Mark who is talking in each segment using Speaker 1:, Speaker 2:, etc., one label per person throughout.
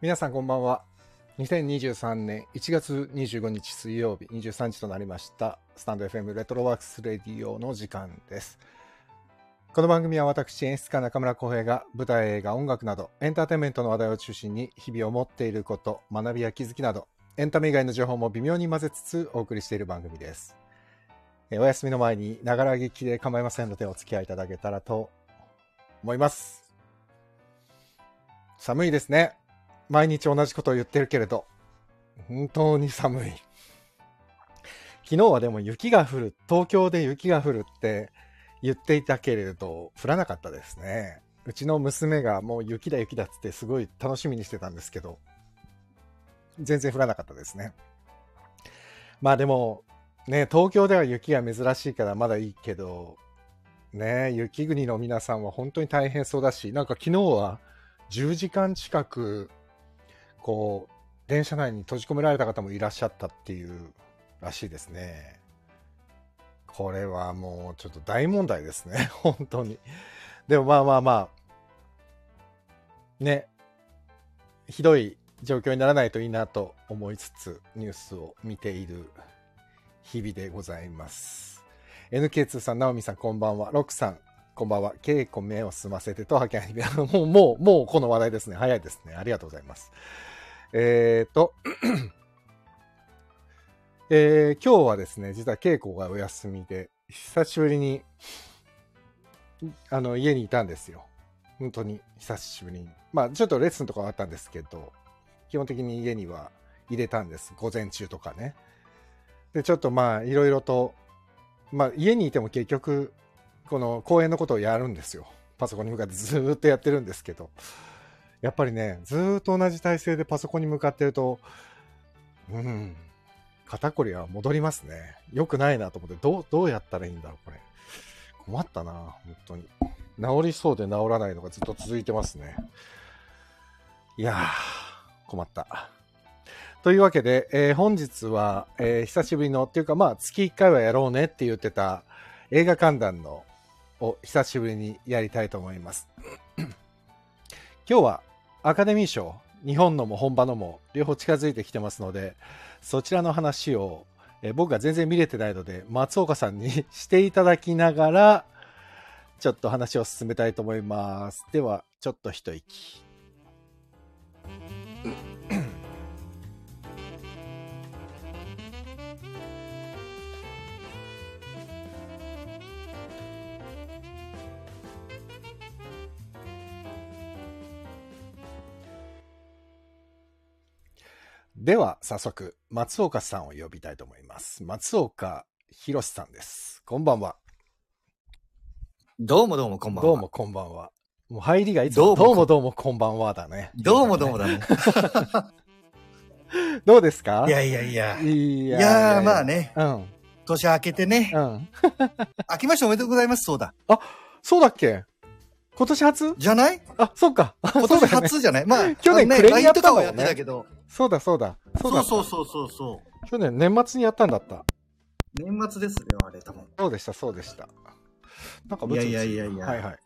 Speaker 1: 皆さんこんばんは。2023年1月25日水曜日23時となりました。スタンド FM レトロワークスレディオの時間です。この番組は私演出家中村浩平が舞台映画音楽などエンターテインメントの話題を中心に日々思っていること学びや気づきなどエンタメ以外の情報も微妙に混ぜつつお送りしている番組ですお休みの前にながら劇で構いませんのでお付き合いいただけたらと思います寒いですね毎日同じことを言ってるけれど本当に寒い昨日はでも雪が降る東京で雪が降るって言っていたけれど降らなかったですねうちの娘がもう雪だ雪だっつってすごい楽しみにしてたんですけど全然降らなかったですねまあでもね東京では雪が珍しいからまだいいけどね雪国の皆さんは本当に大変そうだしなんか昨日は10時間近くこう電車内に閉じ込められた方もいらっしゃったっていうらしいですねこれはもうちょっと大問題ですね。 本当に。でもまあまあまあ、ね、ひどい状況にならないといいなと思いつつ、ニュースを見ている日々でございます。NK2 さん、ナオミさん、こんばんは。ロックさん、こんばんは。稽古目を済ませてと、はけんに、 もう、もう、もうこの話題ですね。早いですね。ありがとうございます。えっ、ー、と、 えー、今日はですね、実は稽古がお休みで、久しぶりに、あの、家にいたんですよ。本当に久しぶりに。まあ、ちょっとレッスンとかはあったんですけど、基本的に家には入れたんです。午前中とかね。で、ちょっとまあ、いろいろと、まあ、家にいても結局、この公演のことをやるんですよ。パソコンに向かってずっとやってるんですけど、やっぱりね、ずっと同じ体勢でパソコンに向かってると、うん、肩こりは戻りますね。良くないなと思って、どう、どうやったらいいんだろう、これ。困ったな、本当に。治りそうで治らないのがずっと続いてますね。いやー、困った。というわけで、えー、本日は、えー、久しぶりの、っていうかまあ、月1回はやろうねって言ってた映画観覧の、を久しぶりにやりたいと思います。 今日はアカデミー賞日本のも本場のも両方近づいてきてますのでそちらの話をえ僕が全然見れてないので松岡さんにしていただきながらちょっと話を進めたいと思いますではちょっと一息では、早速、松岡さんを呼びたいと思います。松岡弘さんです。こんばんは。
Speaker 2: どうもどうもこんばん
Speaker 1: は。どうもこんばんは。もう入りがいつもどうもどうもこんばんはだね。
Speaker 2: どうもどうも だね。
Speaker 1: どうですか
Speaker 2: いやいやいや。
Speaker 1: い
Speaker 2: やいやまあね。
Speaker 1: うん。
Speaker 2: 年明けて ね。
Speaker 1: うん。
Speaker 2: 明けましておめでとうございます、そうだ。
Speaker 1: あ、そうだっけ今年初
Speaker 2: じゃない
Speaker 1: あ、 そうか。
Speaker 2: 今年初じゃないね、ま あ、
Speaker 1: 去年クレイ
Speaker 2: ヤーとかはやってたけど。
Speaker 1: そうだそうだ。。
Speaker 2: そうだそうそうそうそう
Speaker 1: 去年年末にやったんだった。
Speaker 2: 年末ですよ、あれ多分。
Speaker 1: そうでした、そうでした。なんか
Speaker 2: ぶつぶついやいやいやいや。
Speaker 1: はいはい。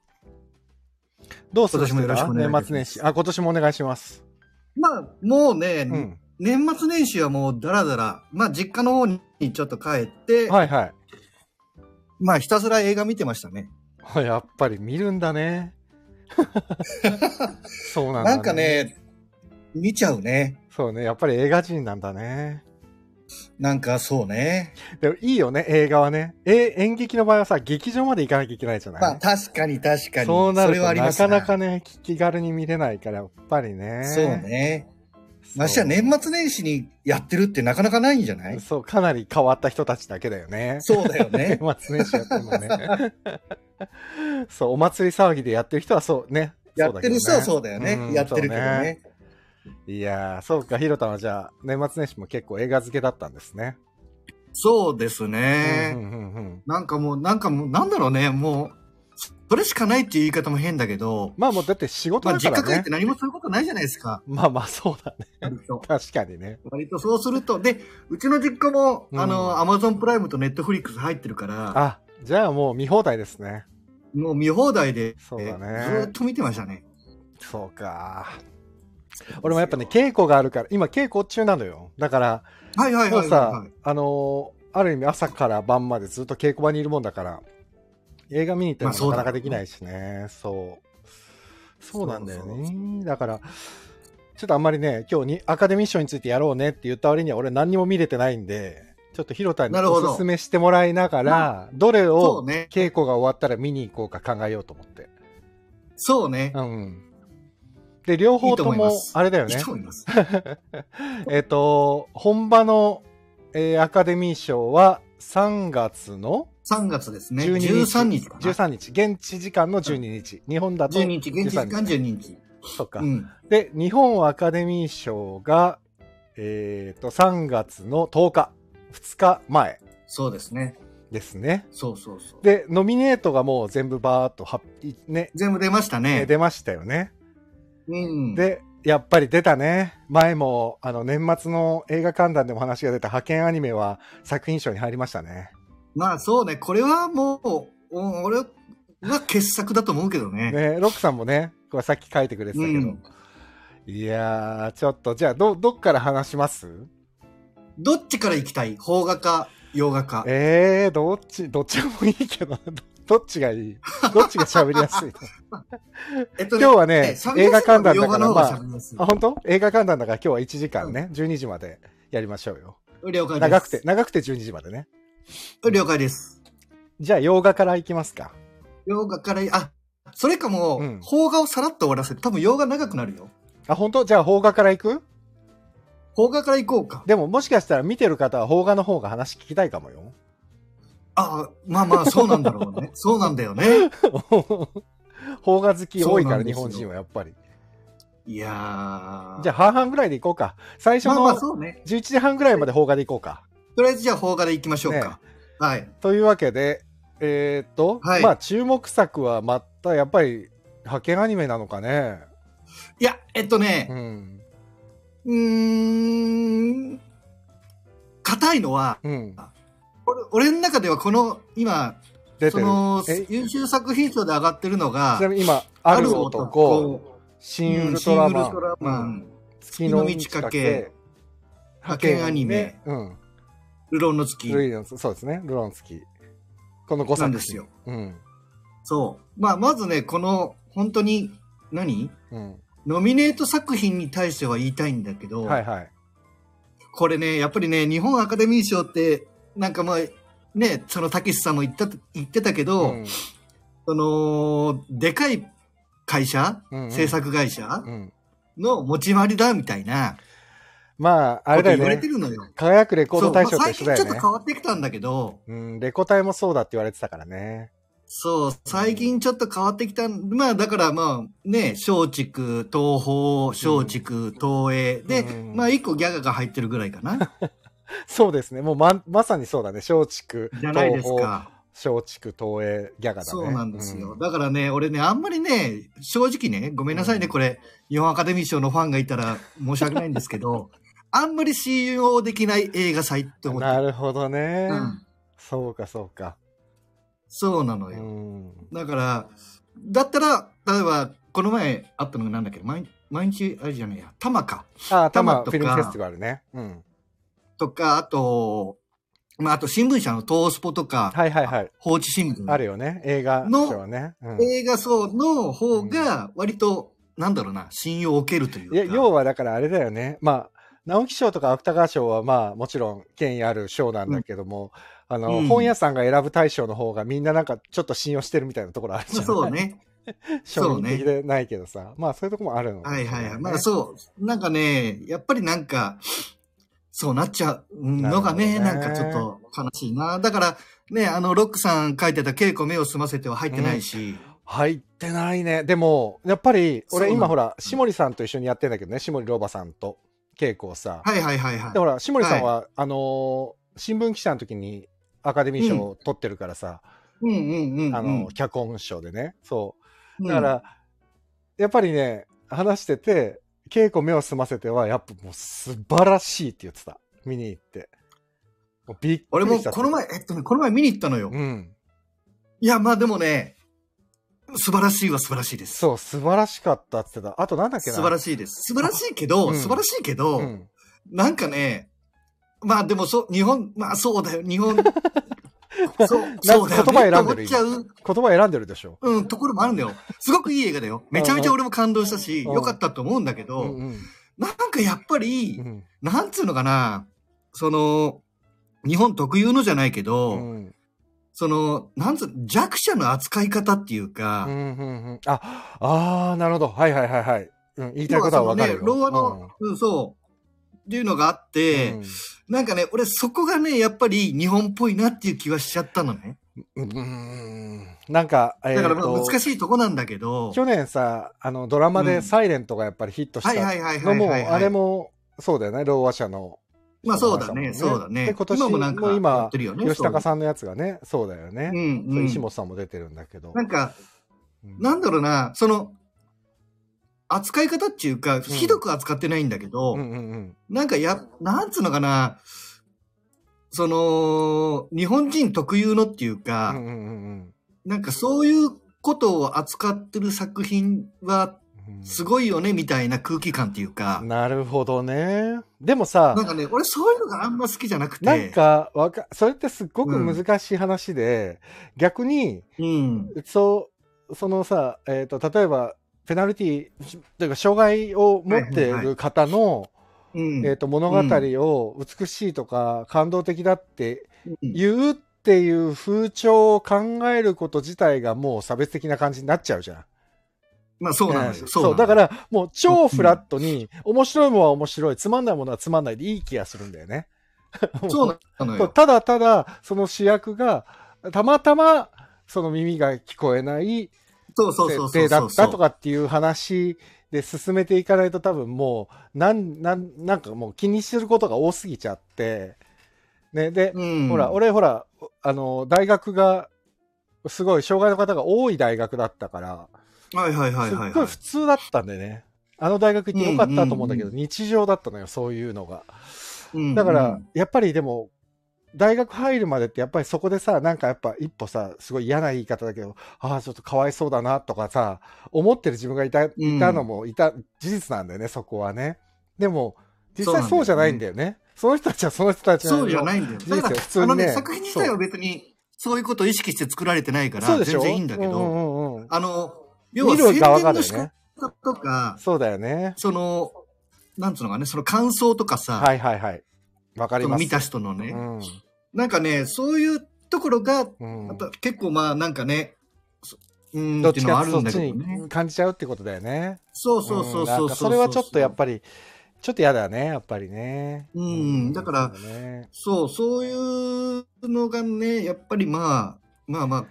Speaker 1: どうする
Speaker 2: 今年もよろしくお願い
Speaker 1: 年末年始。あ、今年もお願いします。
Speaker 2: まあ、もうね、うん、年末年始はもうだらだら、まあ実家の方にちょっと帰って、
Speaker 1: はいはい。
Speaker 2: まあひたすら映画見てましたね。
Speaker 1: やっぱり見るんだ ね。そうなんだ、
Speaker 2: ね、なんかね、見ちゃうね。
Speaker 1: そうね、やっぱり映画人なんだね。
Speaker 2: なんかそうね。
Speaker 1: でもいいよね、映画はね。え、演劇の場合はさ、劇場まで行かなきゃいけないじゃない
Speaker 2: まあ確かに確かに。
Speaker 1: そうなるとなかなかね、気軽に見れないから、やっぱりね。
Speaker 2: そうね。ましては年末年始にやってるってなかなかないんじゃない
Speaker 1: そう、かなり変わった人たちだけだよね。
Speaker 2: そうだよね。
Speaker 1: 年末年始やってるのね。 そう、お祭り騒ぎでやってる人はそうね。
Speaker 2: やってる人はそうだよね。ねやってるけどね。
Speaker 1: ねいやー、そうか、ひろたはじゃあ、年末年始も結構映画漬けだったんですね。
Speaker 2: そうですね。
Speaker 1: うんうんうん、
Speaker 2: なんかもう、なんかもう、なんだろうね、もう、それしかないっていう言い方も変だけど。
Speaker 1: まあもうだって仕事だからね。
Speaker 2: まあ、実家帰って何もすることないじゃないですか。
Speaker 1: まあまあそうだね。確かにね。
Speaker 2: 割とそうすると。で、うちの実家も、うん、あの、アマゾンプライムとネットフリックス入ってるから。
Speaker 1: あ、じゃあもう見放題ですね。
Speaker 2: もう見放題で、
Speaker 1: そうだね。
Speaker 2: ずっと見てましたね。
Speaker 1: そうか。俺もやっぱね、稽古があるから、今稽古中なのよ。だから、
Speaker 2: はいはい
Speaker 1: も
Speaker 2: は
Speaker 1: う
Speaker 2: い
Speaker 1: さ
Speaker 2: はい。、
Speaker 1: あのーある意味朝から晩までずっと稽古場にいるもんだから、映画見に行った
Speaker 2: まあ
Speaker 1: りも
Speaker 2: そう
Speaker 1: な
Speaker 2: だ
Speaker 1: かなかできないしね、そう。そうなんだよね。だから、ちょっとあんまりね、今日にアカデミー賞についてやろうねって言った割には俺何にも見れてないんで、ちょっとヒロタに
Speaker 2: なるほど
Speaker 1: おすすめしてもらいながら、どれ
Speaker 2: そう
Speaker 1: を
Speaker 2: ね。
Speaker 1: 稽古が終わったら見に行こうか考えようと思って。
Speaker 2: そうね。
Speaker 1: うん。で、両
Speaker 2: い
Speaker 1: 方
Speaker 2: いと
Speaker 1: と
Speaker 2: 思いま
Speaker 1: も
Speaker 2: す、
Speaker 1: あれだよ
Speaker 2: い
Speaker 1: ね
Speaker 2: い。と思います。
Speaker 1: えっと、本場の、えーアカデミー賞は3月の
Speaker 2: 3月ですね。
Speaker 1: 12日。
Speaker 2: 13日かな。
Speaker 1: 13日。現地時間の12日。日本だと
Speaker 2: 12。日、現地時間12日。
Speaker 1: そっか
Speaker 2: う。ん。
Speaker 1: で、日本アカデミー賞が、えっと、3月の10日。2日前
Speaker 2: そうですね。
Speaker 1: ですね。
Speaker 2: そうそうそう。
Speaker 1: で、ノミネートがもう全部バーっとはね、
Speaker 2: 全部出ましたね。
Speaker 1: 出ましたよね。
Speaker 2: うん。
Speaker 1: で、やっぱり出たね。前も、あの、年末の映画観覧でも話が出た派遣アニメは作品賞に入りましたね。
Speaker 2: まあそうね。これはもう、お俺は傑作だと思うけど ね。
Speaker 1: ね、ロックさんもね、これさっき書いてくれてたけど。
Speaker 2: うん
Speaker 1: いやー、ちょっと、じゃあ、ど、どっから話します
Speaker 2: どっちから行きたい邦画か、洋画か。
Speaker 1: えー、どっち、どっちもいいけど、 どどっちがいいどっちが喋りや すい
Speaker 2: えっとね
Speaker 1: 今日はね、映画観覧だから、まあ、あ、
Speaker 2: あ、
Speaker 1: 本当映画観覧だから今日は1時間ね、12時までやりましょうよ。
Speaker 2: 了解です。
Speaker 1: 長くて、長くて12時までね。
Speaker 2: 了解です。
Speaker 1: じゃあ、洋画からいきますか。
Speaker 2: 洋画から、あ、それかもう、
Speaker 1: うん
Speaker 2: 邦画をさらっと終わらせて、多分洋画長くなるよ。
Speaker 1: あ、本当じゃあ、邦画から行く
Speaker 2: 邦画から行こうか。
Speaker 1: でももしかしたら見てる方は邦画の方が話聞きたいかもよ。
Speaker 2: あ、まあまあ、そうなんだろうね。そうなんだよね。
Speaker 1: 邦画好き多いか
Speaker 2: そうな
Speaker 1: ら
Speaker 2: んで
Speaker 1: 日
Speaker 2: すよ
Speaker 1: 本人はやっぱり。
Speaker 2: いやー。
Speaker 1: じゃあ半々ぐらいでいこうか。最初
Speaker 2: まあまあ、
Speaker 1: の
Speaker 2: そうね。
Speaker 1: 11時半ぐらいまで邦画でいこうか。
Speaker 2: とりあえずじゃあ邦画で行きましょうか。はい。
Speaker 1: というわけで、えーっと、
Speaker 2: はい
Speaker 1: まあ注目作はまたやっぱり派遣アニメなのかね。
Speaker 2: いや、えっとね
Speaker 1: う、ん。
Speaker 2: うーん、硬いのは、
Speaker 1: うん。
Speaker 2: 俺俺の中ではこの、今、
Speaker 1: 出て
Speaker 2: そ
Speaker 1: る。
Speaker 2: の
Speaker 1: え、
Speaker 2: 優秀作品賞で上がってるの
Speaker 1: ちな
Speaker 2: が、
Speaker 1: みに今、ある男、、シン・ウルトラマ
Speaker 2: シンウルトラマ
Speaker 1: ン、
Speaker 2: ン、
Speaker 1: 月
Speaker 2: の
Speaker 1: の
Speaker 2: 満
Speaker 1: 満
Speaker 2: ち
Speaker 1: ち
Speaker 2: 欠
Speaker 1: 欠
Speaker 2: け
Speaker 1: け、
Speaker 2: 派遣アニメ、
Speaker 1: うん。
Speaker 2: ルロンの月
Speaker 1: ルイの、そうですね、ルロンスキー。この5作品
Speaker 2: なんですよ。。
Speaker 1: うん。
Speaker 2: そう。まあ、まずね、この、本当に、何
Speaker 1: うん。
Speaker 2: ノミネート作品に対しては言いたいんだけど、
Speaker 1: はいはい。
Speaker 2: これね、やっぱりね、日本アカデミー賞って、なんかまあ、ね、そのたけしさんも言った、言ってたけど、
Speaker 1: うん
Speaker 2: その、でかい会社、
Speaker 1: うんうん
Speaker 2: 制作会社
Speaker 1: うん。
Speaker 2: の持ち回りだみたいな、
Speaker 1: まあ、あ
Speaker 2: こ
Speaker 1: れ
Speaker 2: と
Speaker 1: だ
Speaker 2: 言われ
Speaker 1: よ
Speaker 2: て
Speaker 1: ね。
Speaker 2: るのよ。
Speaker 1: 輝くレコード大賞
Speaker 2: そうま
Speaker 1: と
Speaker 2: あ
Speaker 1: 一緒
Speaker 2: 最
Speaker 1: だよ
Speaker 2: 近ちょっと
Speaker 1: ね。
Speaker 2: 変わってきたんだけど、
Speaker 1: うん、レコ大もそうだって言われてたからね。
Speaker 2: そう、最近ちょっと変わってきた。まあ、だからまあ、ね、松竹、東宝、松竹、東映。で、
Speaker 1: うん
Speaker 2: まあ、一個ギャガが入ってるぐらい かな。
Speaker 1: そうですね。もうま、まさにそうだね。松竹、
Speaker 2: じゃないで
Speaker 1: 東
Speaker 2: す
Speaker 1: 宝、
Speaker 2: か。
Speaker 1: 松竹、東映、ギャガだね。
Speaker 2: そうなんですよ。
Speaker 1: うん
Speaker 2: だからね、俺ね、あんまりね、正直ね、ごめんなさいね、
Speaker 1: うん
Speaker 2: これ、日本アカデミー賞のファンがいたら申し訳ないんですけ ど、あんまり信用できない映画祭って思って
Speaker 1: なるほどね。
Speaker 2: うん、
Speaker 1: そうか、そうか。
Speaker 2: そうなの
Speaker 1: う
Speaker 2: よ。
Speaker 1: ん。
Speaker 2: だから、だったら、例えば、この前あったのがなんだっけ毎毎日、あれじゃないや、玉か。
Speaker 1: あ、たま
Speaker 2: 玉とか
Speaker 1: フィルムフェスティバルね。うん。
Speaker 2: とか、あと、まあ、あと新聞社の東スポとか、
Speaker 1: はいはいはい。
Speaker 2: 放置新聞。
Speaker 1: あるよね。映画
Speaker 2: の
Speaker 1: 賞ね。うん
Speaker 2: 映画層の方が、割と、なんだろうな、信用を受けるという
Speaker 1: い
Speaker 2: か。
Speaker 1: や、要はだからあれだよね。まあ、直木賞とか芥川賞はまあ、もちろん権威ある賞なんだけども、あの、
Speaker 2: うん
Speaker 1: 本屋さんが選ぶ大賞の方がみんななんかちょっと信用してるみたいなところあるじゃん。
Speaker 2: そう。ね。
Speaker 1: 庶民的でないけどさ。まあ、そういうとこもあるのかも
Speaker 2: は
Speaker 1: し
Speaker 2: い
Speaker 1: れな
Speaker 2: はい
Speaker 1: ね、
Speaker 2: いはい。まあそう、なんかね、やっぱりなんか、そうなっちゃうのがね、
Speaker 1: な
Speaker 2: な
Speaker 1: る
Speaker 2: ん
Speaker 1: ほどね
Speaker 2: かちょっと悲しいな。だからね、あの、ロックさん書いてた稽古目を済ませては入ってないし、
Speaker 1: 入ってないね。でも、やっぱり、俺
Speaker 2: そうな
Speaker 1: 今
Speaker 2: ん
Speaker 1: ほら、しもりさんと一緒にやってんだけどね、しもりロバさんと稽古をさ。
Speaker 2: はいはいはいはい
Speaker 1: で、。ほら、しもりさんは、あのー新聞記者の時にアカデミー賞を取ってるからさ、
Speaker 2: うんうんうんうん。
Speaker 1: あのー脚本賞でね。そう。
Speaker 2: うん
Speaker 1: だから、やっぱりね、話してて、稽古目を澄ませては、やっぱもう素晴らしいって言ってた。見に行って。もうびっくりした。
Speaker 2: 俺もこの前、えっとね、この前見に行ったのよ。
Speaker 1: うん。
Speaker 2: いや、まあでもね、素晴らしいは素晴らしいです。
Speaker 1: そう、素晴らしかったって言ってた。あとなんだっけ
Speaker 2: 素
Speaker 1: な
Speaker 2: 晴らしいです。素晴らしいけ
Speaker 1: う
Speaker 2: ど、
Speaker 1: ん
Speaker 2: 素晴らしいけど、
Speaker 1: うん。
Speaker 2: なんかね、まあでもそう、日本、まあそうだよ、日本、そう、そうだよ、
Speaker 1: 言葉選んで
Speaker 2: と思
Speaker 1: る
Speaker 2: っちゃう、
Speaker 1: 言葉選んでるでしょ。
Speaker 2: うん、ところもあるんだよ。すごくいい映画だよ。めちゃめちゃ俺も感動したし、
Speaker 1: うん
Speaker 2: 良かったと思うんだけ
Speaker 1: う
Speaker 2: ど、
Speaker 1: んうん。
Speaker 2: なんかやっぱり
Speaker 1: う、ん
Speaker 2: なんつうのかな、その、日本特有のじゃないけ
Speaker 1: う
Speaker 2: ど、
Speaker 1: ん。
Speaker 2: その、なんつう、弱者の扱い方っていうか、
Speaker 1: うんうんうんあ、あー、なるほど。はいはいはいはい。うん、言いたいことはわかるよ。
Speaker 2: 要はそのね、老和の、うん、そう、っていうのがあっ
Speaker 1: うん
Speaker 2: て、なんかね、俺そこがね、やっぱり日本っぽいなっていう気はしちゃったのね。
Speaker 1: うんうんなんか、え
Speaker 2: だから
Speaker 1: ー
Speaker 2: まあ
Speaker 1: と
Speaker 2: 難しいとこなんだけど、
Speaker 1: 去年さ、あの、ドラマ
Speaker 2: うん
Speaker 1: でサイレントがやっぱりヒットし
Speaker 2: はいは
Speaker 1: た
Speaker 2: いはいは
Speaker 1: の
Speaker 2: い
Speaker 1: も、
Speaker 2: はいはい。
Speaker 1: あれも、そうだよね、老和社の。
Speaker 2: まあそうだ
Speaker 1: も
Speaker 2: ね、
Speaker 1: ん
Speaker 2: そうだね
Speaker 1: で、。今年
Speaker 2: 今も
Speaker 1: も
Speaker 2: なんか
Speaker 1: 今
Speaker 2: やってるよね。
Speaker 1: 吉高
Speaker 2: ん。
Speaker 1: さんのやつがね、そうだよね。
Speaker 2: うん、う。
Speaker 1: そうん石本さんも出てるんだけど。
Speaker 2: なんか、
Speaker 1: うん
Speaker 2: なんだろうな、その、扱い方っていうか、ひどく扱ってないんだけど、
Speaker 1: うんうんうん。
Speaker 2: なんかや、なんつうのかな、その、日本人特有のっていうか、
Speaker 1: うんうんうん
Speaker 2: なんかそういうことを扱ってる作品は
Speaker 1: うん
Speaker 2: すごいよねみたいな空気感っていうか、
Speaker 1: なるほどね。でもさ
Speaker 2: な、んかね、俺そういうのがあんま好きじゃなくて。
Speaker 1: なん、かわか、それってすっごく難しい話で、逆に、
Speaker 2: うん。
Speaker 1: そう、そのさ、えっ、と、例えば、ペナルティー、というか、障害を持っている方の、
Speaker 2: うん。
Speaker 1: えっ、と、物語を美しいとか、感動的だって
Speaker 2: うん
Speaker 1: 言うっていう風潮を考えること自体がもう差別的な感じになっちゃうじゃん。
Speaker 2: まあそうなの
Speaker 1: え
Speaker 2: よ。
Speaker 1: え
Speaker 2: そうなのよ
Speaker 1: だか、ら、もう超フラットに、面白いものは面白い、つまんないものはつまんないでいい気がするんだよね。
Speaker 2: そうなの
Speaker 1: そう
Speaker 2: よ。
Speaker 1: ただただ、その主役が、たまたま、その耳が聞こえない
Speaker 2: そうそうそう
Speaker 1: 設定
Speaker 2: そうそ
Speaker 1: だ
Speaker 2: う。
Speaker 1: ったとかっていう話で進めていかないと多分もう、なん、なん、なんかもう気にすることが多すぎちゃって、ね、で、
Speaker 2: うん。
Speaker 1: ほら、、俺ほら、あの、大学が、すごい障害の方が多い大学だったから、
Speaker 2: はいはいはい
Speaker 1: す
Speaker 2: はい、
Speaker 1: っご
Speaker 2: はいい。
Speaker 1: 普通だったんでね。あの大学行ってよかったと思うんだけど、
Speaker 2: う
Speaker 1: 日常だったのよ、そういうのが。
Speaker 2: うん
Speaker 1: だか
Speaker 2: う
Speaker 1: ら
Speaker 2: ん、
Speaker 1: やっぱりでも、大学入るまでってやっぱりそこでさ、なんかやっぱ一歩さ、すごい嫌な言い方だけど、ああ、ちょっとかわいそうだなとかさ、思ってる自分がいた、いたのもいた、事実なんだよね、そこはね。でも、実際そうじゃないんだよね。その人たちはその人たち
Speaker 2: そうじゃ
Speaker 1: い
Speaker 2: ないんだよ。
Speaker 1: 人生
Speaker 2: だか
Speaker 1: 普通
Speaker 2: ら、
Speaker 1: に
Speaker 2: あ
Speaker 1: ね
Speaker 2: のね、作品自体は別に、そういうことを意識して作られてないから、
Speaker 1: そうでし
Speaker 2: 全
Speaker 1: ょ
Speaker 2: 然いいんだけど、
Speaker 1: うんうんうんうん
Speaker 2: あの、要は
Speaker 1: 見
Speaker 2: 宣
Speaker 1: る
Speaker 2: 伝
Speaker 1: 側がだ
Speaker 2: の
Speaker 1: よ
Speaker 2: 仕方
Speaker 1: ね。
Speaker 2: とか、
Speaker 1: そうだよね。
Speaker 2: その、なんつうのかね、その感想とかさ、
Speaker 1: はいはいはい。わかり
Speaker 2: そ
Speaker 1: ま
Speaker 2: の
Speaker 1: す。
Speaker 2: 見た人のね、
Speaker 1: うん
Speaker 2: なんかね、そういうところが、
Speaker 1: うん
Speaker 2: やっぱ結構まあなんかね、そううー
Speaker 1: ど
Speaker 2: ん、っ
Speaker 1: って
Speaker 2: い
Speaker 1: ち
Speaker 2: うのは
Speaker 1: か
Speaker 2: あ
Speaker 1: っていうと
Speaker 2: る
Speaker 1: そ
Speaker 2: ん
Speaker 1: っち
Speaker 2: だけどね
Speaker 1: に。感じちゃうってことだよね。
Speaker 2: そうそうそう
Speaker 1: うんな
Speaker 2: そ
Speaker 1: ん
Speaker 2: う
Speaker 1: か
Speaker 2: う。
Speaker 1: それはちょっとやっぱり、ちょっと嫌だね、やっぱりね。
Speaker 2: うんだから
Speaker 1: そうね
Speaker 2: そう、そういうのがね、やっぱりまあ、まあまあ、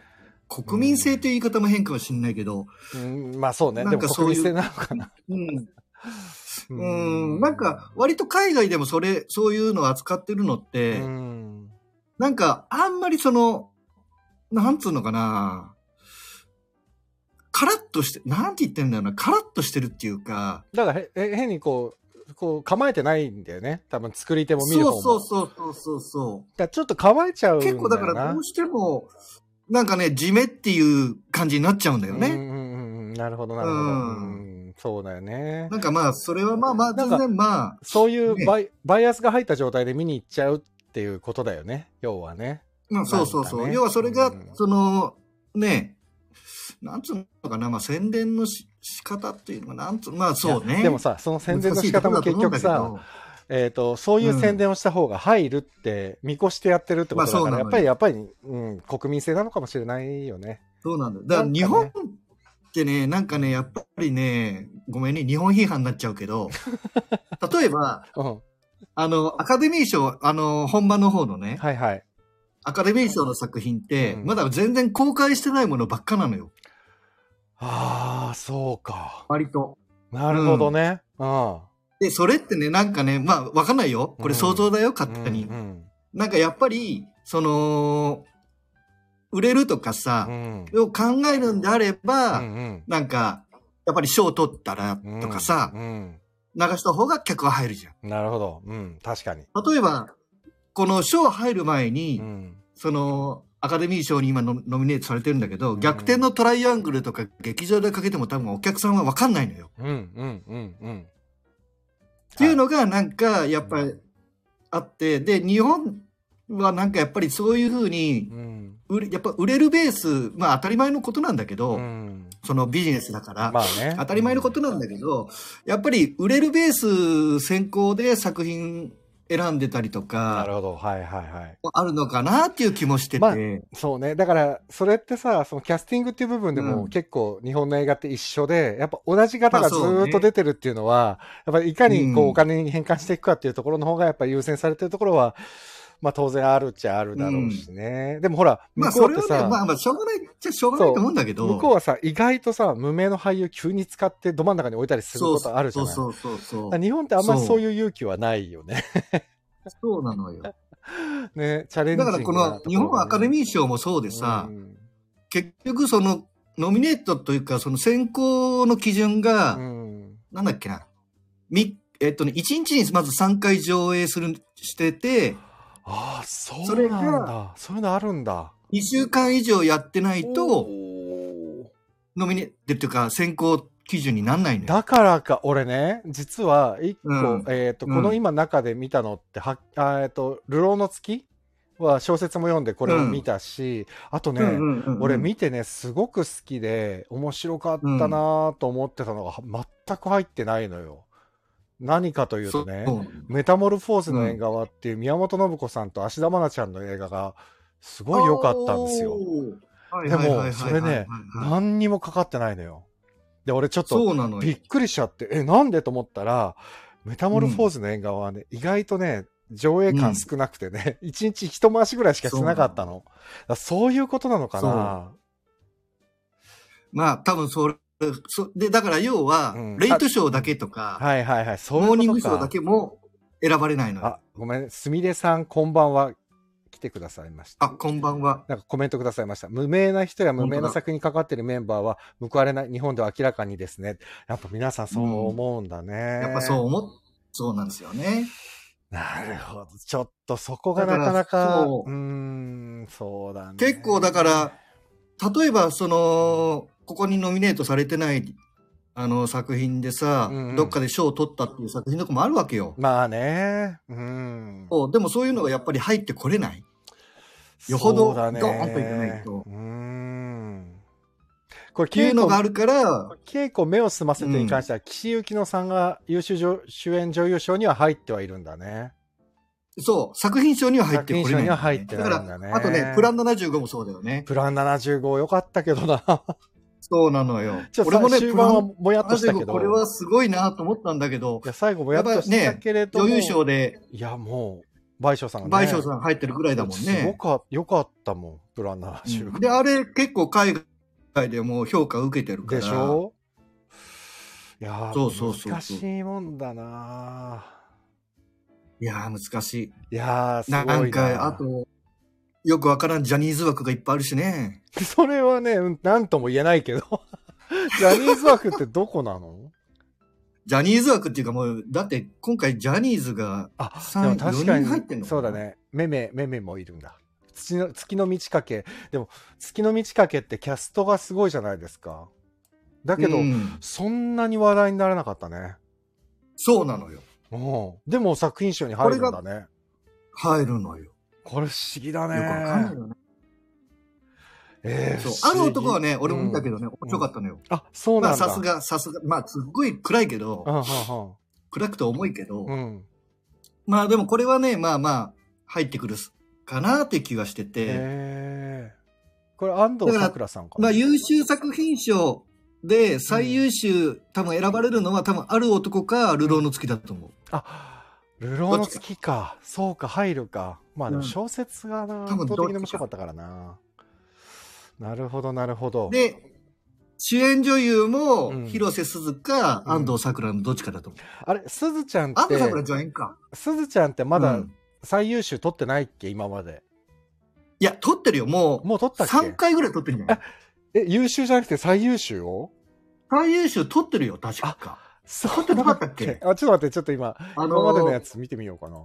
Speaker 2: 国民性という言い方も変かもしれないけど、
Speaker 1: うん、まあそうね。
Speaker 2: なん
Speaker 1: で
Speaker 2: か
Speaker 1: も国
Speaker 2: そうい
Speaker 1: 民
Speaker 2: う
Speaker 1: 性なのかな。
Speaker 2: うん、うん、なんか、割と海外でもそれ、そういうのを扱ってるのっ
Speaker 1: う
Speaker 2: て、
Speaker 1: ん、
Speaker 2: なんか、あんまりその、なんつうのかな。カラッとして、なんて言ってんだよな。カラッとしてるっていうか。
Speaker 1: だからへ、へ変にこう、こう構えてないんだよね。多分作り手も見る方も。
Speaker 2: そうそうそうそうそうそ
Speaker 1: だからちょっと構えちゃう
Speaker 2: う。
Speaker 1: んだ
Speaker 2: 結
Speaker 1: よな。
Speaker 2: 構だからどうしても、なんかね、地めっていう感じになっちゃうんだよ
Speaker 1: うん
Speaker 2: ね。
Speaker 1: うんうんうん。なるほど、なるほど。
Speaker 2: うん
Speaker 1: うん、そうだよね。
Speaker 2: なんかまあ、それはまあまあ、
Speaker 1: なん
Speaker 2: 全
Speaker 1: か
Speaker 2: 然まあ、
Speaker 1: そういう
Speaker 2: ね
Speaker 1: バイ,、バイアスが入った状態で見に行っちゃうっていうことだよね。要はね。
Speaker 2: まあそうそう
Speaker 1: な
Speaker 2: そ
Speaker 1: んか
Speaker 2: う。
Speaker 1: ね
Speaker 2: 要はそれ
Speaker 1: う
Speaker 2: が
Speaker 1: ん、
Speaker 2: その、ね、なんつうのかな、まあ宣伝のし仕方っていうのが、なんつう、まあそう
Speaker 1: い
Speaker 2: ね。
Speaker 1: やでもさ、その宣伝の仕方も結局さ、えっ、と、そういう宣伝をした方が入るって見越してやってるってことだから、
Speaker 2: まあ
Speaker 1: や
Speaker 2: そ
Speaker 1: っ
Speaker 2: う
Speaker 1: ぱ
Speaker 2: な
Speaker 1: り、
Speaker 2: のよ
Speaker 1: やっぱり、うん、国民性なのかもしれないよね。
Speaker 2: そうなんだよ。だから日本ってね、なんかね、やっぱりね、ごめんね、日本批判になっちゃう けど、例えば、
Speaker 1: うん。
Speaker 2: あの、アカデミー賞、あの、本場の方のね、
Speaker 1: はいはい。
Speaker 2: アカデミー賞の作品って、
Speaker 1: うん
Speaker 2: まだ全然公開してないものばっかなのよ。
Speaker 1: ああ、そうか。
Speaker 2: 割と。
Speaker 1: なるほどね。うん。
Speaker 2: で、それってね、なんかね、まあ、わかんないよ。これ想像だよ、勝手に。
Speaker 1: うん。
Speaker 2: なんかやっぱり、その、売れるとか
Speaker 1: う
Speaker 2: さ、
Speaker 1: ん。
Speaker 2: を考えるんであれば、
Speaker 1: うん
Speaker 2: なんか、やっぱり賞取ったら
Speaker 1: うん
Speaker 2: とかさ
Speaker 1: う、ん。
Speaker 2: 流した方が客は入るじゃん。
Speaker 1: なるほど。うん。確かに。
Speaker 2: 例えば、この賞入る前に、
Speaker 1: うん。
Speaker 2: その、アカデミー賞に今ノノミネートされてるんだけど、逆転のトライアングルとか劇場でかけても多分お客さんはわかんないのよ。
Speaker 1: うんうんうんうん。
Speaker 2: っていうのがなんかやっぱりあって、で、日本はなんかやっぱりそういうふうに、
Speaker 1: うん。
Speaker 2: 売れやっぱ売れるベース、まあ当たり前のことなんだけど、
Speaker 1: うん。
Speaker 2: そのビジネスだから、
Speaker 1: まあね。
Speaker 2: 当たり前のことなんだけど、やっぱり売れるベース先行で作品選んでたりと
Speaker 1: なる
Speaker 2: か、
Speaker 1: ほど。はいはいはい。
Speaker 2: あるのかなっていう気もしてて。
Speaker 1: まあそうね。だから、それってさ、そのキャスティングっていう部分で
Speaker 2: う
Speaker 1: も
Speaker 2: ん
Speaker 1: 結構日本の映画って一緒で、やっぱ同じ方
Speaker 2: ま
Speaker 1: が
Speaker 2: あ
Speaker 1: ず
Speaker 2: そうね
Speaker 1: ーっと出てるっていうのは、やっぱりいかにこ
Speaker 2: う
Speaker 1: うんお金に変換していくかっていうところの方がやっぱり優先されてるところは、まあ当然あるっちゃあるだろうしね。でもほら、
Speaker 2: ま
Speaker 1: 向
Speaker 2: あ、
Speaker 1: こ
Speaker 2: そう
Speaker 1: っ
Speaker 2: れ
Speaker 1: て
Speaker 2: はね、
Speaker 1: さ、
Speaker 2: まあまあ、しょうがないっちゃしょうがないと思うんだけど。
Speaker 1: 向こうはさ、意外とさ、無名の俳優急に使ってど真ん中に置いたりすることあるじゃない
Speaker 2: そうそうそ
Speaker 1: だ
Speaker 2: うそ
Speaker 1: から
Speaker 2: う。
Speaker 1: 日本ってあんまり
Speaker 2: そう
Speaker 1: そういう勇気はないよね。
Speaker 2: そうなのよ。だ
Speaker 1: ね、チャレンジ
Speaker 2: からこの日本アカデミー賞もそう
Speaker 1: ー
Speaker 2: でさ、結局そのノミネートというかその選考の基準が、
Speaker 1: うん。
Speaker 2: なんだっけな。みえっとね、1日にまず3回上映する、してて、
Speaker 1: ああ、そう
Speaker 2: それ
Speaker 1: なん
Speaker 2: が
Speaker 1: だ。そういうのあるんだ。
Speaker 2: 2週間以上やってないと、
Speaker 1: と、
Speaker 2: ノミネートっていうか選考基準になんないのよ。
Speaker 1: だからか、俺ね、実は、一個、
Speaker 2: うん
Speaker 1: えっ、と、
Speaker 2: うん
Speaker 1: この今中で見たのって、は、あえっ、と、流浪の月は小説も読んでこれを見たし、あとね、
Speaker 2: うんうんうんうん
Speaker 1: 俺見てね、すごく好きで、面白かったなぁと思ってたのが、は全く入ってないのよ。何かというとね、
Speaker 2: そう
Speaker 1: メタモルフォーズの縁側っていう宮本信子さんと芦田愛菜ちゃんの映画が、すごい良かったんですよ。
Speaker 2: おー。
Speaker 1: でも
Speaker 2: はいはいはいはいはい
Speaker 1: それね
Speaker 2: はいはい
Speaker 1: 何にもかかってないのよ。で、俺ちょっと
Speaker 2: そうなの
Speaker 1: び
Speaker 2: よ
Speaker 1: っ。くりしちゃって、え、なんでと思ったら、メタモルフォーズの縁側はね、意外とね、上映感少なくてね、一日一回しぐらいしかしてなかったの。だからそういうことなのかな
Speaker 2: まあ、多分それ、そで、だから要は
Speaker 1: う、ん
Speaker 2: レイトショーだけとか、
Speaker 1: はいはいはい、そういうこ
Speaker 2: モーニング
Speaker 1: と
Speaker 2: ショーだ
Speaker 1: か。
Speaker 2: けも選ばれないのよ。
Speaker 1: あ、ごめん、すみれさん、こんばんは。来てくださいました。
Speaker 2: あ、こんばんは。
Speaker 1: なんかコメントくださいました。無名な人や無名な作品に関わってるメンバーは報われない、日本では明らかにですね。やっぱ皆さんそう思うんだね。
Speaker 2: やっぱそう思っ、そうなんですよね。
Speaker 1: なるほど。ちょっとそこがなかな
Speaker 2: だから
Speaker 1: か、
Speaker 2: そう
Speaker 1: うーん、そうだね。
Speaker 2: 結構だから、例えばその、ここにノミネートされてない、あの作品でさ、
Speaker 1: うんうん
Speaker 2: どっかで賞を取ったっていう作品とかもあるわけよ。
Speaker 1: まあね、うん。
Speaker 2: そうでもそういうのがやっぱり入ってこれない。よほど
Speaker 1: そうだね
Speaker 2: ドーンといかないと
Speaker 1: うーん。これ、
Speaker 2: ってい
Speaker 1: 稽
Speaker 2: うの
Speaker 1: 古
Speaker 2: があるから、
Speaker 1: 稽古目を澄ませてに関しては、岸由紀乃さんが優秀女主演女優賞には入ってはいるんだね。
Speaker 2: そう、作品賞には入ってこれない、
Speaker 1: 作品賞には入ってないんだね
Speaker 2: から、あとね、プラン75もそうだよね。
Speaker 1: プラン75良かったけどな。
Speaker 2: そうなのよ
Speaker 1: ちょ。っ
Speaker 2: 俺も
Speaker 1: と
Speaker 2: ね、
Speaker 1: 終
Speaker 2: プラ
Speaker 1: 盤は
Speaker 2: ン
Speaker 1: もやっとしたけ
Speaker 2: 75
Speaker 1: ど。
Speaker 2: これはすごいなと思ったんだけど
Speaker 1: い、や最後もやっとしたけれども、
Speaker 2: 女優賞で
Speaker 1: いやもう賠償さんが、
Speaker 2: 賠
Speaker 1: ね、
Speaker 2: 償さん入ってるぐらいだもん
Speaker 1: すご
Speaker 2: ね。
Speaker 1: かよかったもんプラン75、
Speaker 2: で、あれ結構海外でも評価受けてるから。
Speaker 1: でしょいやー
Speaker 2: そうそうそうそう
Speaker 1: 難しいもんだない
Speaker 2: やー難しい。
Speaker 1: いやーすご
Speaker 2: ない
Speaker 1: なん
Speaker 2: か、あと、よくわからんジャニーズ枠がいっぱいあるしね。
Speaker 1: それはねうんなんとも言えないけど ジャニーズ枠ってどこなの
Speaker 2: ジャニーズ枠っていうかもう、だって今回ジャニーズが、
Speaker 1: あ
Speaker 2: さん
Speaker 1: でも確か
Speaker 2: 四人入ってん
Speaker 1: に
Speaker 2: のかな
Speaker 1: そうだねめめめめもいるんだ月の月の満ち欠けでも月の満ち欠けってキャストがすごいじゃないですかだけど、
Speaker 2: うん
Speaker 1: そんなに話題にならなかったね
Speaker 2: そうなのよ。
Speaker 1: うん。でも作品賞に入るんだね。
Speaker 2: 入るのよ。よ
Speaker 1: これ不思議だ
Speaker 2: くわかんない
Speaker 1: ね。
Speaker 2: よね。
Speaker 1: ええ
Speaker 2: そう。ある男はね、俺も見たけ
Speaker 1: ど。
Speaker 2: どね、面白かったのよ。
Speaker 1: あ、そう
Speaker 2: ま
Speaker 1: な
Speaker 2: あ
Speaker 1: んだ。
Speaker 2: さすが、さすが、まあすっごい暗いけど、
Speaker 1: う
Speaker 2: 暗くて重いけど、
Speaker 1: んうんうん。うん。
Speaker 2: まあでもこれはね、まあまあ、入ってくるかなって気がしてて、
Speaker 1: ええこれ安藤さくらさんかな。
Speaker 2: まあ優秀作品賞で最優秀、多分選ばれるのは多分ある男か、流浪の月だと思う。
Speaker 1: あ、流浪の月か。そうか、入るか。まあでも小説がな、
Speaker 2: ん
Speaker 1: 圧
Speaker 2: 多分
Speaker 1: 倒
Speaker 2: どっちか
Speaker 1: 的に面白かったからな。なるほど、なるほど。
Speaker 2: で、主演女優も、
Speaker 1: うん
Speaker 2: 広瀬すずか、
Speaker 1: うん
Speaker 2: 安藤サクラのどっちかだと思う。
Speaker 1: あれ、すずちゃんっ
Speaker 2: 安藤サクラ
Speaker 1: て、
Speaker 2: 助演か。
Speaker 1: すずちゃんってま
Speaker 2: う
Speaker 1: だ
Speaker 2: ん
Speaker 1: 最優秀取ってないっけ、今まで。
Speaker 2: いや、撮ってるよ。もう、
Speaker 1: もう取ったっ
Speaker 2: 3
Speaker 1: け
Speaker 2: 回ぐらい撮ってるんじゃない
Speaker 1: え、優秀じゃなくて最優秀を
Speaker 2: 最優秀撮ってるよ、確か。
Speaker 1: そ
Speaker 2: 撮ってなかったっけ
Speaker 1: あ、ちょっと待って、ちょっと今、
Speaker 2: あ
Speaker 1: 今までの
Speaker 2: の
Speaker 1: や
Speaker 2: ー、
Speaker 1: つ見てみようかな。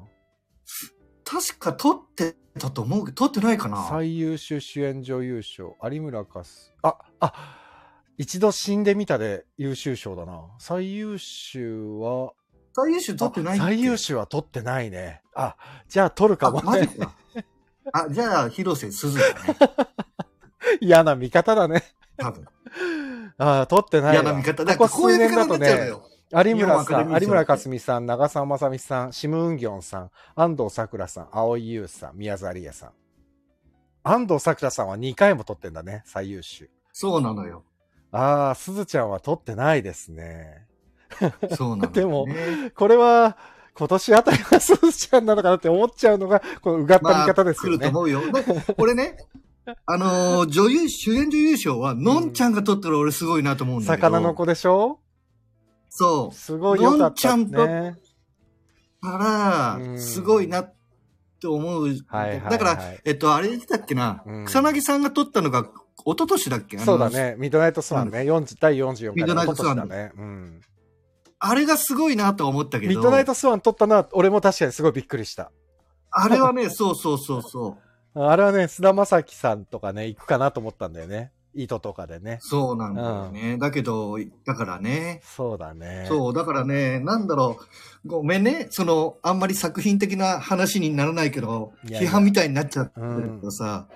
Speaker 2: 確か撮ってたと思うけど、撮ってないかな。
Speaker 1: 最優秀主演女優賞、有村架純。あ、あ、一度死んでみたで優秀賞だな。最優秀は、
Speaker 2: 最優秀撮ってないっけ
Speaker 1: あ最優秀は取ってないね。あ、じゃあ取るか
Speaker 2: あ、
Speaker 1: も
Speaker 2: マジ
Speaker 1: ね。
Speaker 2: か。あ、じゃあ、広瀬すずだね。
Speaker 1: 嫌な見方だね。
Speaker 2: 多分。
Speaker 1: ああ、取ってないわ。
Speaker 2: 嫌な見方。だからこういう見方になっちゃうのよ。
Speaker 1: 有村さ
Speaker 2: 日本アカデ
Speaker 1: ん、
Speaker 2: ミー賞
Speaker 1: 有村架純さん、長澤まさみさん、シム・ウンギョンさん、安藤サクラさん、蒼井優さん、宮沢りえさん。安藤サクラさんは2回も取ってんだね、最優秀。
Speaker 2: そうなのよ。
Speaker 1: ああ、すずちゃんは取ってないですね。
Speaker 2: そうなのよ、ね。
Speaker 1: でもこれは、今年あたりはすずちゃんなのかなって思っちゃうのが、このうがった見方ですよ
Speaker 2: 来ると
Speaker 1: ね。
Speaker 2: 思うよ。だ俺ね、あのー女優、主演女優賞は、のんちゃんが取ったら俺すごいなと思うんだけど。
Speaker 1: 魚の子でしょ
Speaker 2: そ
Speaker 1: すごい良かったで
Speaker 2: のん
Speaker 1: す
Speaker 2: ちゃ
Speaker 1: ね。
Speaker 2: う。か
Speaker 1: う
Speaker 2: ら、
Speaker 1: ん
Speaker 2: すごいなって思う。
Speaker 1: はいはいはい
Speaker 2: だから、えっと、あれ言ってたっけな、
Speaker 1: うん
Speaker 2: 草薙さんが取ったのが、一昨年だっけあの
Speaker 1: そうだね。ミッドナイトスワンね。40第44回
Speaker 2: ミッドナイトスワン
Speaker 1: だね。うん。
Speaker 2: あれがすごいなとは思ったけど。
Speaker 1: ミッドナイトスワン撮ったのは、俺も確かにすごいびっくりした。
Speaker 2: あれはね、そうそうそうそう。
Speaker 1: あれはね、菅田将暉さんとかね、行くかなと思ったんだよね。糸とかでね。
Speaker 2: そうなんだよね。だけど、だからね。
Speaker 1: そうだね。
Speaker 2: そう、だからね、なんだろう。ごめんね。その、あんまり作品的な話にならないけど、
Speaker 1: いやいや
Speaker 2: 批判みたいになっちゃってるけどさ、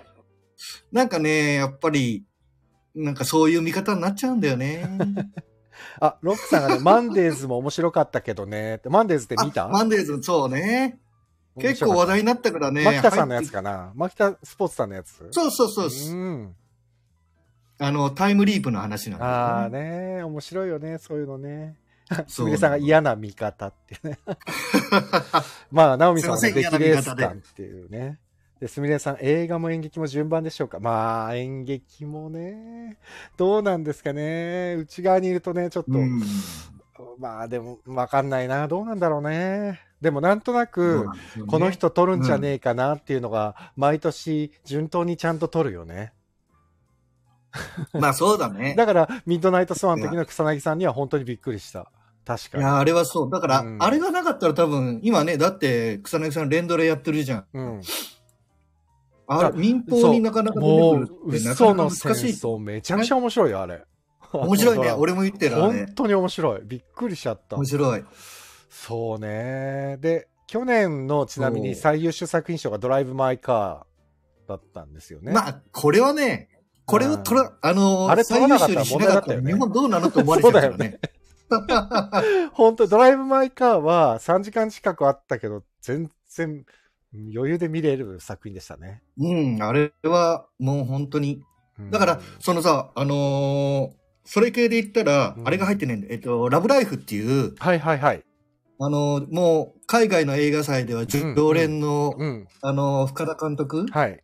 Speaker 2: なんかね、やっぱり、なんかそういう見方になっちゃうんだよね。
Speaker 1: あ、ロックさ んがね、マンデーズも面白かったけどね。ってマンデーズって 見
Speaker 2: あ
Speaker 1: た
Speaker 2: マンデーズ、そうね。結構話題になったからね。
Speaker 1: マキタさんのやつ
Speaker 2: 入って
Speaker 1: かな。マキタスポーツさんのやつ
Speaker 2: そうそうそうそう。
Speaker 1: ん。
Speaker 2: あの、タイムリープの話なんだよね。
Speaker 1: ああね、面白いよね、そういうのね。す
Speaker 2: そう
Speaker 1: みれさんが嫌な見方って ね。まあ、ナオミさんはね、
Speaker 2: すい
Speaker 1: 出
Speaker 2: ません
Speaker 1: 来レー
Speaker 2: 嫌な
Speaker 1: ス
Speaker 2: 見方で
Speaker 1: 感っていうね。で、すみれさん、映画も演劇も順番でしょうか。まあ、演劇もね、どうなんですかね。内側にいるとね、ちょっと、
Speaker 2: うん。
Speaker 1: まあ、でも、わかんないな。どうなんだろうね。でも、なんとな
Speaker 2: そう
Speaker 1: く
Speaker 2: な、んですよね
Speaker 1: この人取るんじゃねえかなっていうのが、毎年、順当にちゃんと取るよね。
Speaker 2: まあそうだね。
Speaker 1: だから、ミッドナイトスワンの時の草薙さんには本当にびっくりした。確か
Speaker 2: い
Speaker 1: に。
Speaker 2: や、あれはそう。だから、
Speaker 1: うん
Speaker 2: あれがなかったら多分、今ね、だって、草薙さん連ドレやってるじゃん。
Speaker 1: うん。
Speaker 2: あ
Speaker 1: あ
Speaker 2: れ、民放
Speaker 1: そう
Speaker 2: になかなか
Speaker 1: も
Speaker 2: 出て
Speaker 1: う、
Speaker 2: くるって、な
Speaker 1: 嘘
Speaker 2: かな
Speaker 1: の
Speaker 2: か
Speaker 1: 戦
Speaker 2: 難しい。
Speaker 1: 争、めちゃくちゃ面白いよ、あれ。
Speaker 2: 面白いね。
Speaker 1: あの
Speaker 2: 俺も言ってる、あ
Speaker 1: 本。
Speaker 2: れ
Speaker 1: 当に面白い。びっくりしちゃった
Speaker 2: 面。白い。
Speaker 1: そうね。で、去年のちなみに最優秀作品賞がドライブ・マイ・カーだったんですよね。
Speaker 2: まあ、これはね、これを取ら、あのー、
Speaker 1: あれ取らなかった
Speaker 2: 最優
Speaker 1: ら
Speaker 2: 秀にしなかった
Speaker 1: 問題
Speaker 2: ら
Speaker 1: だったよね
Speaker 2: 日本どうなのって思われちゃうからね。
Speaker 1: 本当ドライブ・マイ・カーは3時間近くあったけど、全然余裕で見れる作品でしたね。
Speaker 2: うん、あれは、もう本当に。
Speaker 1: うん
Speaker 2: だから、そのさ、あのーそれ系で言ったら、
Speaker 1: うん
Speaker 2: あれが入ってないんだ。えっと、ラブライフっていう、
Speaker 1: はいはいはい。
Speaker 2: あのーもう、海外の映画祭では常連の、
Speaker 1: うん。
Speaker 2: あのー深田監督
Speaker 1: はい。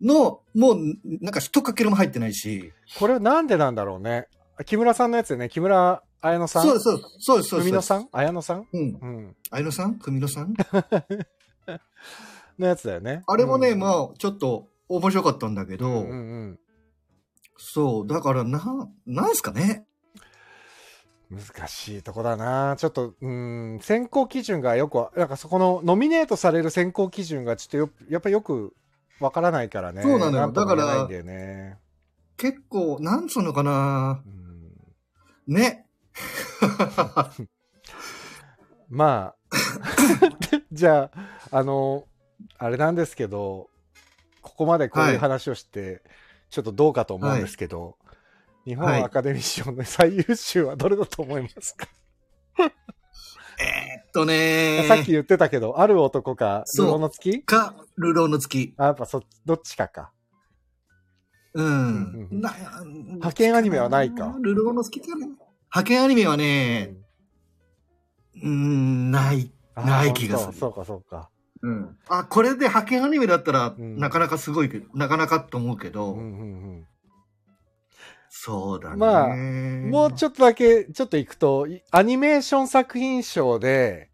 Speaker 2: の、もう、なんか一かけらも入ってないし。
Speaker 1: これなんでなんだろうね。木村さんのやつよね。木村綾乃さん。
Speaker 2: そうです、そうです、そうです。そうです
Speaker 1: 海野さん綾乃さん
Speaker 2: うん。
Speaker 1: うん。
Speaker 2: あいのさんくみのさ ん
Speaker 1: のやつだよね。
Speaker 2: あれもね、
Speaker 1: うん
Speaker 2: まあ、ちょっと面白かったんだけど、
Speaker 1: うんうん
Speaker 2: そう、だから、な、なんすかね。
Speaker 1: うん、難しいとこだなちょっとうん選考基準がよくわなんかそこのノミネートされる選考基準がちょっとよやっぱよくわからないからね
Speaker 2: そうなのよ
Speaker 1: んとも言え
Speaker 2: だから
Speaker 1: ないんだよね、
Speaker 2: 結構、なんつうのかな
Speaker 1: うん、
Speaker 2: ね。
Speaker 1: まあじゃああのあれなんですけどここまでこういう話をして、ちょっとどうかと思うんですけど、日
Speaker 2: はい
Speaker 1: 本アカデミー賞の最優秀はどれだと思いますか、
Speaker 2: えっとね
Speaker 1: さっき言ってたけど、ある男か、
Speaker 2: そう
Speaker 1: ルロの月
Speaker 2: か、ルローの月。
Speaker 1: あ、やっぱそっち、どっちかか。
Speaker 2: うん
Speaker 1: うんうん
Speaker 2: な
Speaker 1: 派遣アニメはないか
Speaker 2: ルローの月かな派遣アニメは
Speaker 1: う
Speaker 2: ね、
Speaker 1: ん
Speaker 2: うん、ない。
Speaker 1: あ
Speaker 2: ない気がする
Speaker 1: そうか、そうか。
Speaker 2: うん。あ、これで派遣アニメだったら、
Speaker 1: うん
Speaker 2: なかなかすごいけど、なかなかと思うけど、
Speaker 1: うんうん
Speaker 2: そうだね。
Speaker 1: まあうん、も
Speaker 2: も
Speaker 1: うちょっとだけ、ちょっといくと、いアニメーション作品賞で、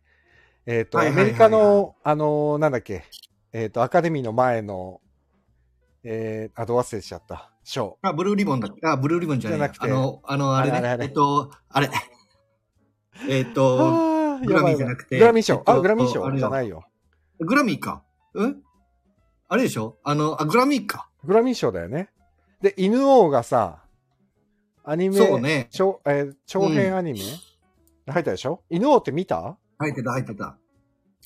Speaker 1: えっ、と、
Speaker 2: はい
Speaker 1: ア
Speaker 2: はいは
Speaker 1: メ
Speaker 2: いはい
Speaker 1: リカの、あのーなんだっけ、えっ、と、アカデミーの前の、えー、あ、ど忘れしちゃった、賞。
Speaker 2: あ、ブルーリボンだっけあ、ブルーリボンじゃない
Speaker 1: じゃなくて
Speaker 2: あの、あの、あれね。
Speaker 1: あれあれあれ
Speaker 2: えっと、あれ。 えっと、
Speaker 1: あー
Speaker 2: グラミ
Speaker 1: やば
Speaker 2: ー
Speaker 1: い
Speaker 2: じゃなくて
Speaker 1: グラミー賞。
Speaker 2: えっ
Speaker 1: あ、
Speaker 2: と
Speaker 1: グラミー
Speaker 2: あ
Speaker 1: 賞
Speaker 2: れよ
Speaker 1: じゃないよ。
Speaker 2: グラミーか。うんあれでしょあの、あ、グラミーか。
Speaker 1: グラミー賞だよね。で、犬王がさ、アニメ、
Speaker 2: そうね
Speaker 1: 長えー長
Speaker 2: う
Speaker 1: 編アニメ、入ったでしょ犬王って見た
Speaker 2: 入ってた、入ってた。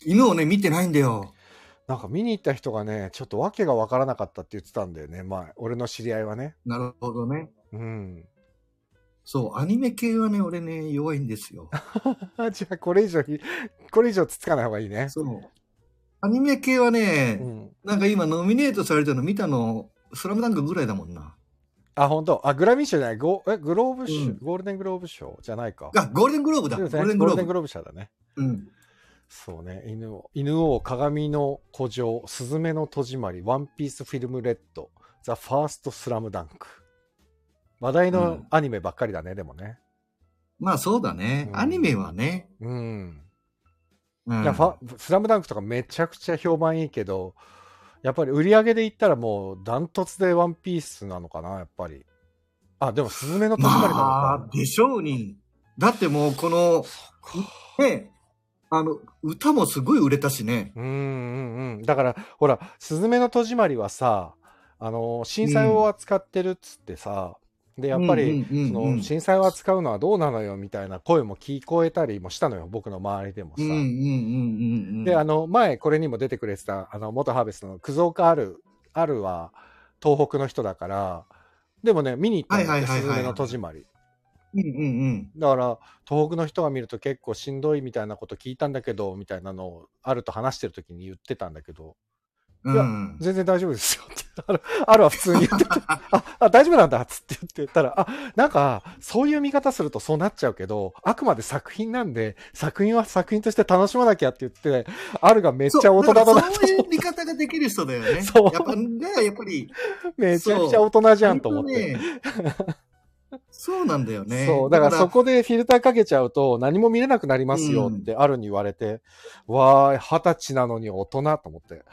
Speaker 2: 犬をね、見てないんだよ。
Speaker 1: なんか見に行った人がね、ちょっと訳が分からなかったって言ってたんだよね、前。俺の知り合いはね。
Speaker 2: なるほどね。
Speaker 1: うん。
Speaker 2: そう、アニメ系はね、俺ね、弱いんで すよ。
Speaker 1: あじゃあ、これ以上ひ、これ以上つつかない方がいいね。
Speaker 2: そう。アニメ系はね、
Speaker 1: うん。
Speaker 2: なんか今ノミネートされたの見たの、スラムダンクぐらいだもんな。
Speaker 1: あ、本当。あ、グラミー賞じゃない。ゴえグローブ賞、
Speaker 2: うん
Speaker 1: ゴールデングローブ賞じゃないか。
Speaker 2: あ、ゴールデングローブだ。
Speaker 1: そう
Speaker 2: ゴ
Speaker 1: です
Speaker 2: ール
Speaker 1: ね
Speaker 2: デン
Speaker 1: ゴ
Speaker 2: グ
Speaker 1: ール
Speaker 2: ロー
Speaker 1: デ
Speaker 2: ブ。
Speaker 1: ングローブ賞だね。
Speaker 2: うん。
Speaker 1: そうね。犬王、犬王、鏡の古城、スズメの戸締まり、ワンピースフィルムレッド、ザ・ファースト・スラムダンク。話題
Speaker 2: う
Speaker 1: の
Speaker 2: ん
Speaker 1: アニメばっかりだね、でもね。
Speaker 2: まあそうだね。
Speaker 1: うん
Speaker 2: アニメはね。
Speaker 1: うん。
Speaker 2: うん、
Speaker 1: いやファスラムダンクとかめちゃくちゃ評判いいけど、やっぱり売り上げで言ったらもうダントツでワンピースなのかな、やっぱり。あ、でもスズメの戸締まりなの
Speaker 2: まあ
Speaker 1: か、。
Speaker 2: でしょうに。だってもうこの、ね、あの、歌もすごい売れたしね。
Speaker 1: うんうんうん。だから、ほら、すずめの戸締まりはさ、あの、震災を扱ってるっつってさ、で、やっぱり、
Speaker 2: うんうん
Speaker 1: そ
Speaker 2: うんうん
Speaker 1: の震災を扱うのはどうなのよみたいな声も聞こえたりもしたのよ、僕の周りでもさ。
Speaker 2: うんうんうんうんうん。
Speaker 1: で、あの、前、これにも出てくれてた、あの、元ハーベストのクゾーカある、あるは、東北の人だから、でもね、見に行ったの
Speaker 2: はい
Speaker 1: よ、
Speaker 2: はいはい
Speaker 1: す
Speaker 2: はい
Speaker 1: ずめの戸締まり。
Speaker 2: うんうん
Speaker 1: だから、東北の人が見ると結構しんどいみたいなこと聞いたんだけど、みたいなのを、あると話してる時に言ってたんだけど、
Speaker 2: うん。
Speaker 1: いや
Speaker 2: うん。
Speaker 1: 全然大丈夫ですよって。 あるあるは普通に言ってて、あ、あ大丈夫なんだっつって言ってたら、あ、なんか、そういう見方するとそうなっちゃうけど、あくまで作品なんで、作品は作品として楽しまなきゃって言って、あるがめっちゃ大人だ
Speaker 2: そう
Speaker 1: な
Speaker 2: からそういう見方ができる人だよ ね。
Speaker 1: そう
Speaker 2: やっぱ、だからやっぱり、
Speaker 1: めちゃくちゃ大人じゃんと思って。
Speaker 2: 割とね。そうなんだよね。
Speaker 1: そう、だからそこでフィルターかけちゃうと何も見れなくなりますよってあるに言われて、わーい、二十歳なのに大人と思って。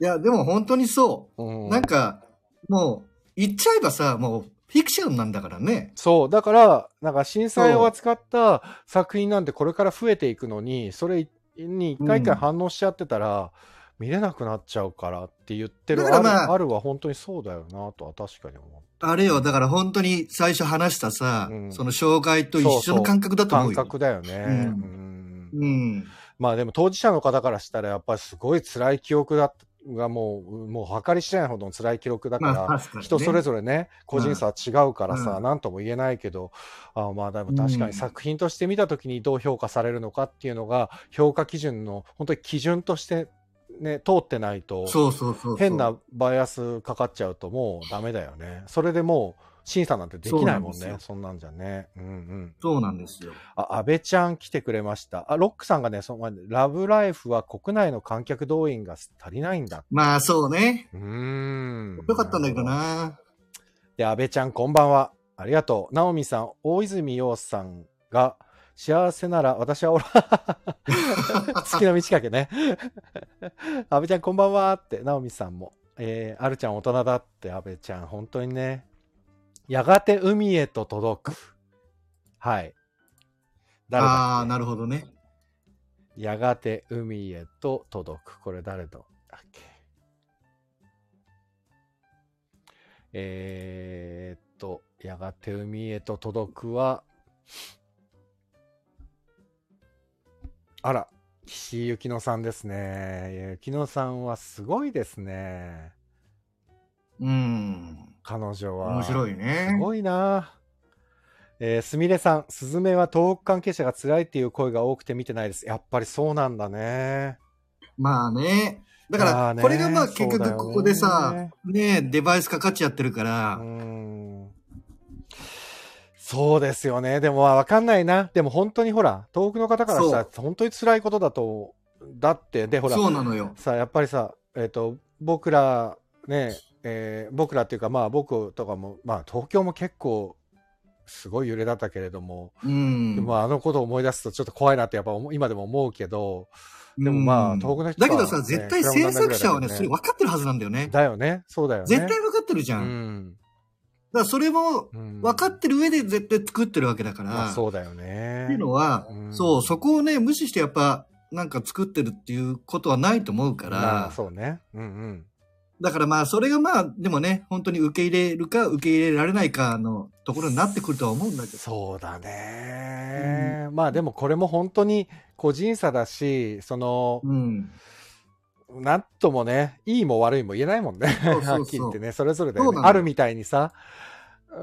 Speaker 2: いや、でも本当にそうう。
Speaker 1: ん、
Speaker 2: なんか、もう、言っちゃえばさ、もう、フィクションなんだからね。
Speaker 1: そう、だから、なんか震災を扱った作品なんてこれから増えていくのに、それに一回一回反応しちゃってたら、見れなくなっちゃうからって言ってる
Speaker 2: だ
Speaker 1: あ
Speaker 2: から
Speaker 1: る,、
Speaker 2: まあ
Speaker 1: あるは本当にそうだよなとは確かに思
Speaker 2: あれよ、だから本当に最初話したさ、
Speaker 1: うん
Speaker 2: その障害と一緒の感覚だ
Speaker 1: う。
Speaker 2: と思
Speaker 1: 感
Speaker 2: うよ。
Speaker 1: 覚だよね。
Speaker 2: う
Speaker 1: うんん
Speaker 2: うん。
Speaker 1: まあでも当事者の方からしたらやっぱりすごい辛い記憶だがもう、もう計り知れないほどの辛い記録だから、
Speaker 2: まあ、確かに、ね。
Speaker 1: 人それぞれね、個人差は違うからさ、
Speaker 2: うん
Speaker 1: なんとも言えないけど、あまあでも確か
Speaker 2: うん
Speaker 1: に作品として見たときにどう評価されるのかっていうのが、評価基準の本当に基準としてね、通ってないと、
Speaker 2: そうそうそうそう。
Speaker 1: 変なバイアスかかっちゃうともうダメだよね。それでもう審査なんてできないもん
Speaker 2: そ
Speaker 1: ね
Speaker 2: うなんで、すよ
Speaker 1: そんなんじゃね。うんうん。
Speaker 2: そうなんですよ。
Speaker 1: あ、安倍ちゃん来てくれました。あ、ロックさんがね、その前にラブライフは国内の観客動員が足りないんだ。
Speaker 2: まあ、そうね。
Speaker 1: うーん。
Speaker 2: よかったんだけどな。
Speaker 1: で、安倍ちゃん、こんばんは。ありがとう。直美さん、大泉洋さんが、幸せなら私はおら、 月の満ち欠けね。 安倍ちゃん、こんばんはって、直美さんも。えー、あるちゃん、大人だって、安倍ちゃん、本当にね。やがて海へと届く。はい。誰だ
Speaker 2: ああー、なるほどね。
Speaker 1: やがて海へと届く。これ誰のだっけえー、っと、やがて海へと届くは、あら、岸井ゆきのさんですね。いやゆきのさんはすごいですね。
Speaker 2: うん。
Speaker 1: 彼女は。
Speaker 2: 面白いね
Speaker 1: す。ごいなえーすみれさん、すずめは東北関係者が辛いっていう声が多くて見てないです。やっぱりそうなんだね。
Speaker 2: まあね。だ
Speaker 1: ま
Speaker 2: か
Speaker 1: あ
Speaker 2: ら、
Speaker 1: ね
Speaker 2: これがまあ
Speaker 1: そうだ
Speaker 2: 結
Speaker 1: よね
Speaker 2: 局ここでさ、ねデバイスかかっちゃってるか
Speaker 1: うー
Speaker 2: ら、
Speaker 1: ん。そうですよね。でもまあわかんないな。でも本当にほら、東北の方からしたら本当に辛いことだと、だって、で、ほら、
Speaker 2: そうなのよ。
Speaker 1: さ、やっぱりさ、えっ、と、僕ら、ね、えー僕らっていうかまあ僕とかも、まあ東京も結構、すごい揺れだったけれども、
Speaker 2: うん。
Speaker 1: でもあのことを思い出すとちょっと怖いなってやっぱ思う今でも思うけど、
Speaker 2: うん
Speaker 1: でもまあ東北の人
Speaker 2: だ
Speaker 1: は
Speaker 2: けどさ、絶対制作者はね、
Speaker 1: ね
Speaker 2: それ分かってるはずなんだよね。
Speaker 1: だよね、そうだよね。
Speaker 2: 絶対分かってるじゃ。
Speaker 1: うん
Speaker 2: だ
Speaker 1: ん。
Speaker 2: からそれも
Speaker 1: うん
Speaker 2: 分かってる上で絶対作ってるわけだから、
Speaker 1: まあ
Speaker 2: っ
Speaker 1: そうだよね。
Speaker 2: ていうのは
Speaker 1: う、ん
Speaker 2: そう、そこをね、無視してやっぱ、なんか作ってるっていうことはないと思うか
Speaker 1: まあ
Speaker 2: ら、
Speaker 1: そうね。うんうん。
Speaker 2: だからまあ、それがまあ、でもね、本当に受け入れるか受け入れられないかのところになってくるとは思うんだけど。
Speaker 1: そうだね、まあでもこれも本当に個人差だしその
Speaker 2: うん。
Speaker 1: なんともねいいも悪いも言えないもんね
Speaker 2: そうそうそう
Speaker 1: はっきり言ってねそれぞれでね、
Speaker 2: そうなのよ
Speaker 1: あるみたいにさ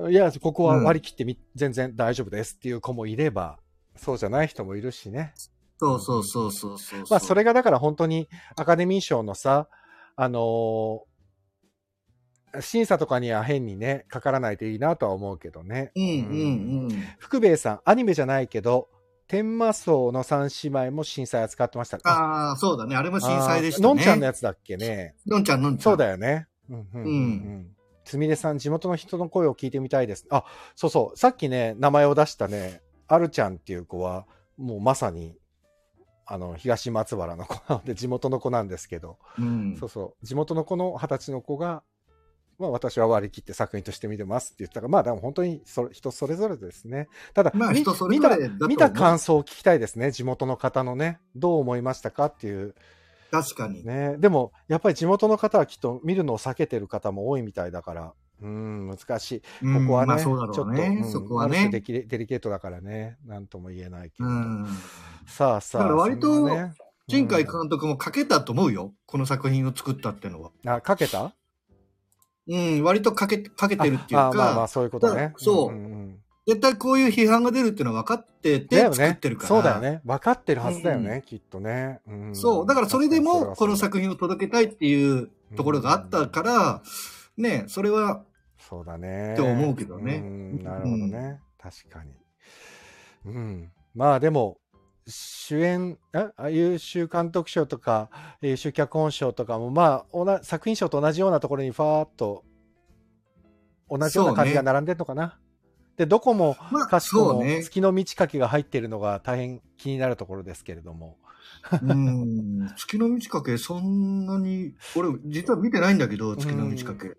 Speaker 1: いやここは割り切ってみ、全然大丈夫ですっていう子もいればそうじゃない人もいるしね
Speaker 2: そうそうそうそうそうう。
Speaker 1: まあそれがだから本当にアカデミー賞のさあのー審査とかには変にねかからないといいなとは思うけどね
Speaker 2: うんうんうん。
Speaker 1: 福兵衛さん、アニメじゃないけど、天魔荘の三姉妹も震災扱ってましたか
Speaker 2: ああ、そうだね。あれも震災でしたね。
Speaker 1: あーのんちゃんのやつだっけね。
Speaker 2: のんちゃん、のんちゃん。
Speaker 1: そうだ
Speaker 2: よ。
Speaker 1: よね。うんうんうんう。
Speaker 2: うん
Speaker 1: つみれさん、地元の人の声を聞いてみたいです。あ、そうそう。さっきね、名前を出したね、あるちゃんっていう子は、もうまさに、あの、東松原の子なので、地元の子なんですけど、
Speaker 2: うん
Speaker 1: そう。そう。地元の子の二十歳の子が、まあ私は割り切って作品として見てますって言ったから、まあでも本当にそれ人それぞれですね。ただ、
Speaker 2: まあ
Speaker 1: み
Speaker 2: 人それぞれだ
Speaker 1: 見
Speaker 2: と思
Speaker 1: た
Speaker 2: う
Speaker 1: 見た感想を聞きたいですね。地元の方のね、どう思いましたかっていう。
Speaker 2: 確かに。
Speaker 1: ね。でも、やっぱり地元の方はきっと見るのを避けてる方も多いみたいだから、うん、難しい。こ
Speaker 2: うん
Speaker 1: こはね、
Speaker 2: まあそうだろうね。
Speaker 1: ちょっと、
Speaker 2: そこは
Speaker 1: ある種
Speaker 2: ね
Speaker 1: デ。キレデリケートだからね、なんとも言えないけ
Speaker 2: う
Speaker 1: れど。
Speaker 2: ん。
Speaker 1: さあさあ、
Speaker 2: だから割と
Speaker 1: そんなね
Speaker 2: 新海
Speaker 1: う
Speaker 2: 監督もかけたと思うよ。この作品を作ったってのは。
Speaker 1: んあ、かけた
Speaker 2: うん、割とかけ、かけてるっていう
Speaker 1: ああまあまあ
Speaker 2: か、
Speaker 1: そういうことね。
Speaker 2: そうん
Speaker 1: んん
Speaker 2: 絶対こういう批判が出るっていうのは分かってて
Speaker 1: だよ
Speaker 2: 作っ
Speaker 1: ね
Speaker 2: てるか。ら。
Speaker 1: そうだよ。ね。分かってるはずだよね、
Speaker 2: う
Speaker 1: きっとね。うん
Speaker 2: そう。だからそれでも、こ
Speaker 1: 確
Speaker 2: の
Speaker 1: か
Speaker 2: 作品を届けたいっていうところがあったから、ね、それ
Speaker 1: にそ
Speaker 2: は、
Speaker 1: れはそうそうだね。
Speaker 2: って思うけどね
Speaker 1: んなるほどね。確かに。うん。まあでも、主演、えあ優秀監督賞とか、優秀脚本賞とかも、まあおな、作品賞と同じようなところにファーっと、同じような感じが並んでるのかな。で、どこも、
Speaker 2: ま
Speaker 1: か
Speaker 2: あ、
Speaker 1: しこ
Speaker 2: そう
Speaker 1: も
Speaker 2: ね。
Speaker 1: 月の満ち欠けが入っているのが大変気になるところですけれども。
Speaker 2: うん。 月の満ち欠け、そんなに、俺、実は見てないんだけど、月の満ち欠け。
Speaker 1: ね、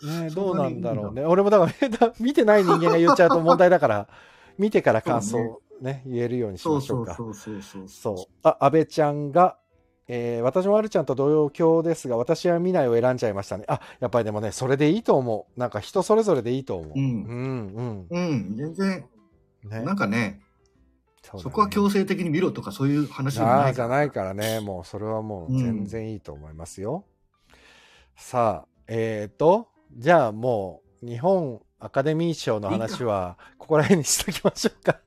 Speaker 2: そんなに
Speaker 1: どうなんだろうね。俺もだから 見てない人間が言っちゃうと問題だから、 見てから感想をね、言えるようにし
Speaker 2: そ
Speaker 1: ま
Speaker 2: う
Speaker 1: しょ
Speaker 2: そうう
Speaker 1: か。
Speaker 2: そうそうそう。
Speaker 1: そう。あ、安倍ちゃんが、えー私もあるちゃんと同郷ですが、私は見ないを選んじゃいましたね。あ、やっぱりでもね、それでいいと思う。なんか人それぞれでいいと思う。
Speaker 2: うん
Speaker 1: うん、
Speaker 2: うん、全然、
Speaker 1: うん。ね
Speaker 2: なんかね、
Speaker 1: そ
Speaker 2: そこは強制的に見ろとかそういう話じゃ
Speaker 1: あ
Speaker 2: な
Speaker 1: あ
Speaker 2: い
Speaker 1: じ
Speaker 2: か
Speaker 1: ゃ
Speaker 2: ら。
Speaker 1: ないからねもうそれはもう
Speaker 2: うん
Speaker 1: 全然いいと思いますよ、さあえっ、ー、とじゃあもう日本アカデミー賞の話はここら辺にしときましょうか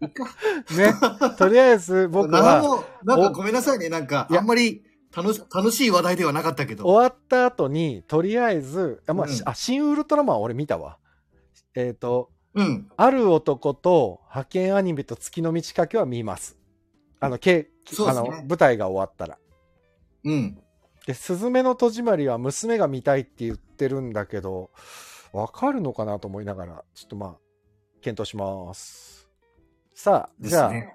Speaker 2: いいか
Speaker 1: ねとりあえ ず僕
Speaker 2: なん
Speaker 1: は
Speaker 2: も、なんかごめんなさいね、なんか、
Speaker 1: いや
Speaker 2: あんまり楽し楽しい話題ではなかったけど。
Speaker 1: 終わった後にとりあえずあ、まあ
Speaker 2: うん
Speaker 1: あ新ウルトラマン俺見たわえっ、ー、と
Speaker 2: うん。
Speaker 1: ある男と派遣アニメと月の満ち欠けは見ますあの,、け
Speaker 2: そう
Speaker 1: あ
Speaker 2: です
Speaker 1: の
Speaker 2: ね
Speaker 1: 舞台が終わったら
Speaker 2: うん。
Speaker 1: で、スズメの戸締まりは娘が見たいって言ってるんだけど、わかるのかなと思いながら、ちょっとまあ、検討します。さあ、
Speaker 2: で
Speaker 1: じゃ
Speaker 2: す
Speaker 1: あ、
Speaker 2: ね。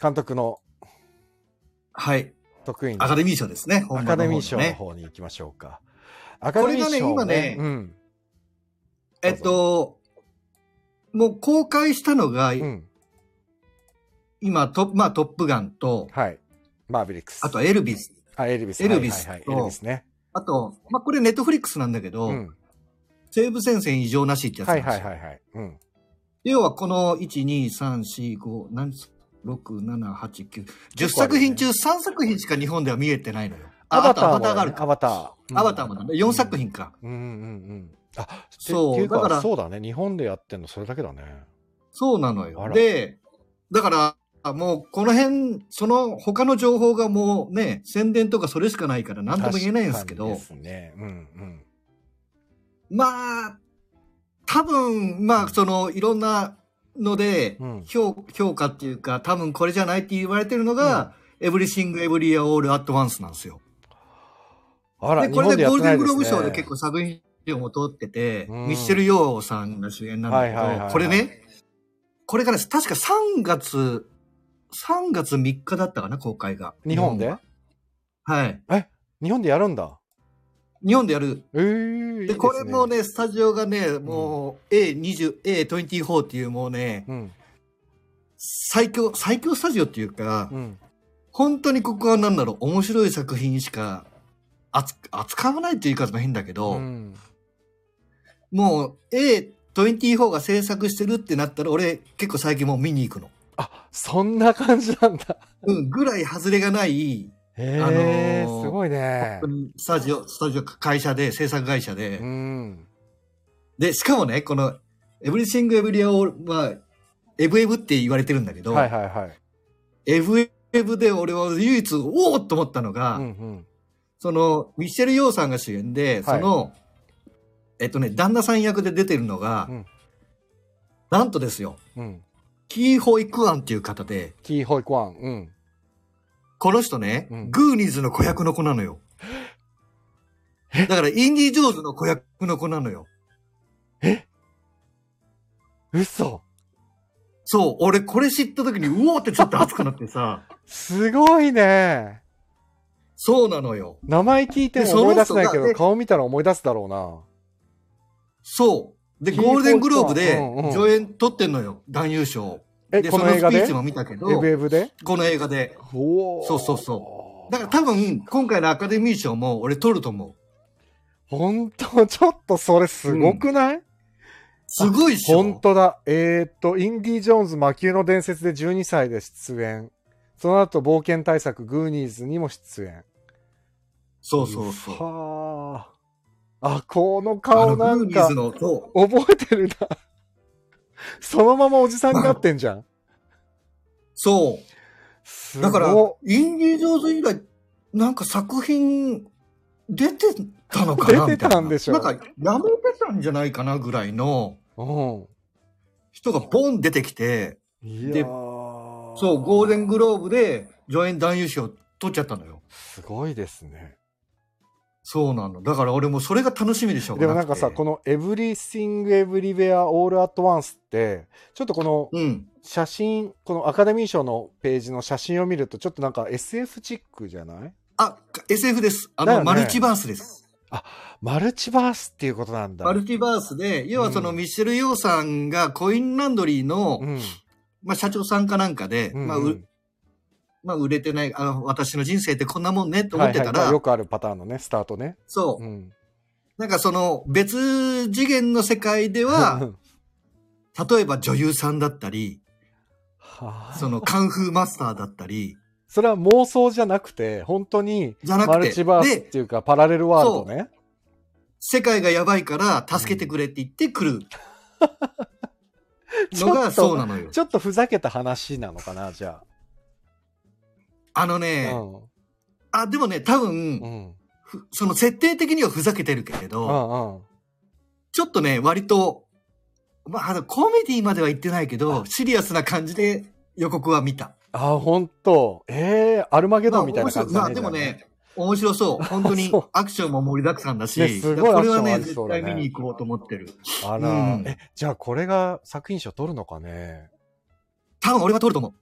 Speaker 1: 監督の
Speaker 2: はい。
Speaker 1: 得意の
Speaker 2: ア
Speaker 1: ア
Speaker 2: カデミー賞ですね。本
Speaker 1: カ
Speaker 2: 場
Speaker 1: デ
Speaker 2: の方の
Speaker 1: ミ
Speaker 2: ね
Speaker 1: ー賞の方に行きましょうか。アカデミー賞、
Speaker 2: これがね今
Speaker 1: うん。
Speaker 2: えっと、もう公開したのが、
Speaker 1: うん。
Speaker 2: 今、トップ、まあ、トップガンと、
Speaker 1: はい。マーヴェリックス。
Speaker 2: あとはエルビス。
Speaker 1: あ、エルビス。
Speaker 2: エルビス
Speaker 1: はいはい
Speaker 2: と
Speaker 1: はい、エルビスね。
Speaker 2: あと、まあ、これネットフリックスなんだけど、
Speaker 1: うん。
Speaker 2: 西部戦線異常なしってやつな
Speaker 1: は
Speaker 2: ん
Speaker 1: い
Speaker 2: ですよ。
Speaker 1: はいはいはい。うん。
Speaker 2: 要はこの1、2、3、4、5、何、6、7、8、9、10
Speaker 1: 結構ある
Speaker 2: 作
Speaker 1: よね
Speaker 2: 品中3作品しか日本では見えてないのよ。
Speaker 1: アバター
Speaker 2: あ
Speaker 1: も
Speaker 2: あとアバターがあるか。
Speaker 1: アバター。うん
Speaker 2: アバターもだね。4作。品か。
Speaker 1: うんうんうん。あ、そう。
Speaker 2: そう
Speaker 1: っていう
Speaker 2: だか
Speaker 1: からそうだね。日本でやってんのそれだけだね。
Speaker 2: そうなの
Speaker 1: あ
Speaker 2: よ。
Speaker 1: ら
Speaker 2: で、だから、あもうこの辺、その他の情報がもうね、宣伝とかそれしかないから何とも言えないんですけど、
Speaker 1: 確かにですね。うんうん。
Speaker 2: まあ、多分、まあ、その、いろんなので、
Speaker 1: うん
Speaker 2: 評評価っていうか、多分これじゃないって言われてるのが、エブリシング・エブリア・オール・アット・ワンスなんですよ。
Speaker 1: あら、
Speaker 2: で、これで
Speaker 1: 日
Speaker 2: ゴ
Speaker 1: 本
Speaker 2: ール
Speaker 1: や
Speaker 2: デ
Speaker 1: っ
Speaker 2: ン
Speaker 1: て
Speaker 2: グ
Speaker 1: な
Speaker 2: ロー
Speaker 1: い
Speaker 2: ブ
Speaker 1: ですね
Speaker 2: 賞で結構作品賞も取ってて、
Speaker 1: うん
Speaker 2: ミッシェル・ヨーさんが主演なんだけど、
Speaker 1: はいはいはいはい
Speaker 2: これね、これから確か3月、3月3日だったかな、公開が。
Speaker 1: 日本で
Speaker 2: ははい。
Speaker 1: 日本でやるんだ。
Speaker 2: 日本でやる。
Speaker 1: えー、いい
Speaker 2: で、これも
Speaker 1: ね。
Speaker 2: ね、スタジオがね、もう A20、A24 っていうもうね、
Speaker 1: うん。
Speaker 2: 最強、最強スタジオっていうか、
Speaker 1: うん。
Speaker 2: 本当にここは何だろう、面白い作品しか扱扱わないっていう言い方も変だけど、
Speaker 1: うん。
Speaker 2: もう A24 が制作してるってなったら、俺結構最近もう見に行くの。
Speaker 1: あ、そんな感じなんだ。
Speaker 2: うん、ぐらい外れがない、
Speaker 1: へえ、
Speaker 2: あのー
Speaker 1: すごいね
Speaker 2: 本当。にスタジオ、スタジオ、会社で、制作会社で、
Speaker 1: うん。
Speaker 2: で、しかもね、この、エブリシング・エブリアを、まあ、エブエブって言われてるんだけど、
Speaker 1: はいはいはい。
Speaker 2: エブエブで俺は唯一、おおっと思ったのが、
Speaker 1: うんうん。
Speaker 2: その、ミッシェル・ヨーさんが主演で、
Speaker 1: い
Speaker 2: その、えっとね、旦那さん役で出てるのが、
Speaker 1: うん
Speaker 2: なんとですよ、
Speaker 1: うん。
Speaker 2: キーホイ・クアンっていう方で、
Speaker 1: キーホイコアン。うん。
Speaker 2: この人ね、
Speaker 1: うん
Speaker 2: グーニーズの子役の子なのよ。だから、インディ・ジョーンズの子役の子なのよ。
Speaker 1: 嘘
Speaker 2: そう、俺これ知った時に、うおーってちょっと熱くなってさ、
Speaker 1: すごいね。
Speaker 2: そうなのよ。
Speaker 1: 名前聞いても
Speaker 2: でその
Speaker 1: 思い出せないけ
Speaker 2: 人が
Speaker 1: ど、
Speaker 2: ね
Speaker 1: 顔見たら思い出すだろうな。
Speaker 2: そう。で、
Speaker 1: キーホイ
Speaker 2: ゴールデングローブで
Speaker 1: うんうん
Speaker 2: 上演取ってんのよ、男優賞。
Speaker 1: え、
Speaker 2: で、
Speaker 1: こ
Speaker 2: そ
Speaker 1: の映
Speaker 2: のスピ
Speaker 1: 画で
Speaker 2: ー
Speaker 1: エ
Speaker 2: チも見たけど、
Speaker 1: ブエブで
Speaker 2: この映画で。
Speaker 1: おー
Speaker 2: そうそうそだから多分、今回のアカデミー賞も俺取ると思う。
Speaker 1: 本当ちょっとそれすごくない、
Speaker 2: すごいっしょ。
Speaker 1: 本当だ。えーっと、インディ・ジョーンズ魔球の伝説で12歳で出演。その後、冒険大作グーニーズにも出演。
Speaker 2: そうそうそう。
Speaker 1: はあ。あ、この
Speaker 2: あ
Speaker 1: 顔
Speaker 2: の、グ
Speaker 1: な
Speaker 2: ー
Speaker 1: ん
Speaker 2: ニ
Speaker 1: か
Speaker 2: ーズ、の、そう。
Speaker 1: 覚えてるな。 そのままおじさんになってんじゃん。
Speaker 2: そ
Speaker 1: す
Speaker 2: う。
Speaker 1: ご
Speaker 2: だ
Speaker 1: い
Speaker 2: から、インディ・ジョーンズ以来、なんか作品、出てたのかな
Speaker 1: 出てたんでしょ
Speaker 2: みたいななんか、やめてたんじゃないかなぐらいの
Speaker 1: うん。
Speaker 2: 人がボン出てきて、
Speaker 1: いや
Speaker 2: で
Speaker 1: ー
Speaker 2: そう、ゴールデングローブで上演男優賞取っちゃったのよ。
Speaker 1: すごいですね。
Speaker 2: そうなの。だから俺もそれが楽しみでしょう
Speaker 1: でもなんかさ、この Everything Everywhere All at Once って、ちょっとこの
Speaker 2: うん。
Speaker 1: 写真、このアカデミー賞のページの写真を見ると、ちょっとなんか SF チックじゃない
Speaker 2: あ、SF です。あ
Speaker 1: だ
Speaker 2: の、
Speaker 1: よね
Speaker 2: マルチバースです。
Speaker 1: マルチバースっていうことなんだ。
Speaker 2: マルチバースで、要はその
Speaker 1: うん
Speaker 2: ミッシェル・ヨーさんがコインランドリーの、
Speaker 1: うん。
Speaker 2: まあ社長さんかなんかで、
Speaker 1: うん
Speaker 2: まあ
Speaker 1: う、
Speaker 2: うんまあ売れてない、あの、私の人生ってこんなもんねって思ってたら、
Speaker 1: まあよくあるパターンのね、スタートね。
Speaker 2: そうう、
Speaker 1: ん。
Speaker 2: なんかその別次元の世界で は、例えば女優さんだったり、
Speaker 1: はあ
Speaker 2: そのカンフーマスターだったり、
Speaker 1: それは妄想じゃなくて、本当に
Speaker 2: じゃなく
Speaker 1: マ
Speaker 2: て、
Speaker 1: ルチバースっていうか、パラレルワールドね。
Speaker 2: 世界がやばいから助けてくれって言ってくる
Speaker 1: ち
Speaker 2: の
Speaker 1: ょ
Speaker 2: が
Speaker 1: っ
Speaker 2: そう
Speaker 1: と、
Speaker 2: なのよ。
Speaker 1: ちょっとふざけた話なのかな、じゃ
Speaker 2: あの
Speaker 1: あ。
Speaker 2: ね、
Speaker 1: うん。
Speaker 2: あ、でもね、多分、
Speaker 1: うん。
Speaker 2: ふその設定的にはふざけてるけれ
Speaker 1: う
Speaker 2: ど、
Speaker 1: んうん。
Speaker 2: ちょっとね、割と、まああの、コメディまでは言ってないけど、シリアスな感じで予告は見た。
Speaker 1: あ、本当。ええアルマゲ
Speaker 2: ま
Speaker 1: ド
Speaker 2: あ、
Speaker 1: ンみたいな感じ
Speaker 2: ま
Speaker 1: だ
Speaker 2: あ
Speaker 1: ね。
Speaker 2: でも
Speaker 1: じゃあ。
Speaker 2: ね、面 白そう。本当に
Speaker 1: そう
Speaker 2: アクションも盛りだくさんだし、
Speaker 1: ねすごい
Speaker 2: これは
Speaker 1: ア
Speaker 2: ね、
Speaker 1: クションありそ
Speaker 2: 絶
Speaker 1: うだね
Speaker 2: 対見に行こうと思ってる。
Speaker 1: あら、
Speaker 2: うん
Speaker 1: え、じゃあこれが作品賞取るのかね。
Speaker 2: 多分俺は撮ると思う。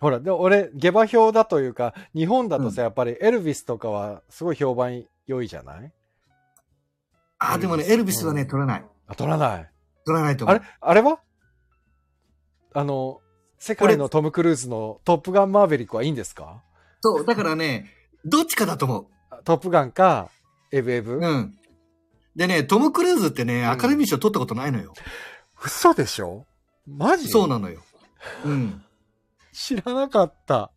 Speaker 1: ほら、でも俺、下馬評だというか、日本だとさ、やっぱりエルヴィスとかはすごい評判良いじゃない
Speaker 2: あ、でもね、
Speaker 1: エ
Speaker 2: エ
Speaker 1: ル
Speaker 2: ル
Speaker 1: ヴィ
Speaker 2: ビ
Speaker 1: ス
Speaker 2: スはね、撮らない。
Speaker 1: あ、取らない。
Speaker 2: 撮らないと思
Speaker 1: あ
Speaker 2: う。
Speaker 1: れあれはあの、世界のトム・クルーズのトップガンマーヴェリックはいいんですか
Speaker 2: そう、だからね、どっちかだと思う。
Speaker 1: トップガンか、エブエブ、
Speaker 2: うん。でね、トム・クルーズってね、
Speaker 1: ん
Speaker 2: アカデミー賞取ったことないのよ。
Speaker 1: 嘘でしょマジ
Speaker 2: そうなのよ。うん。
Speaker 1: 知らなかった。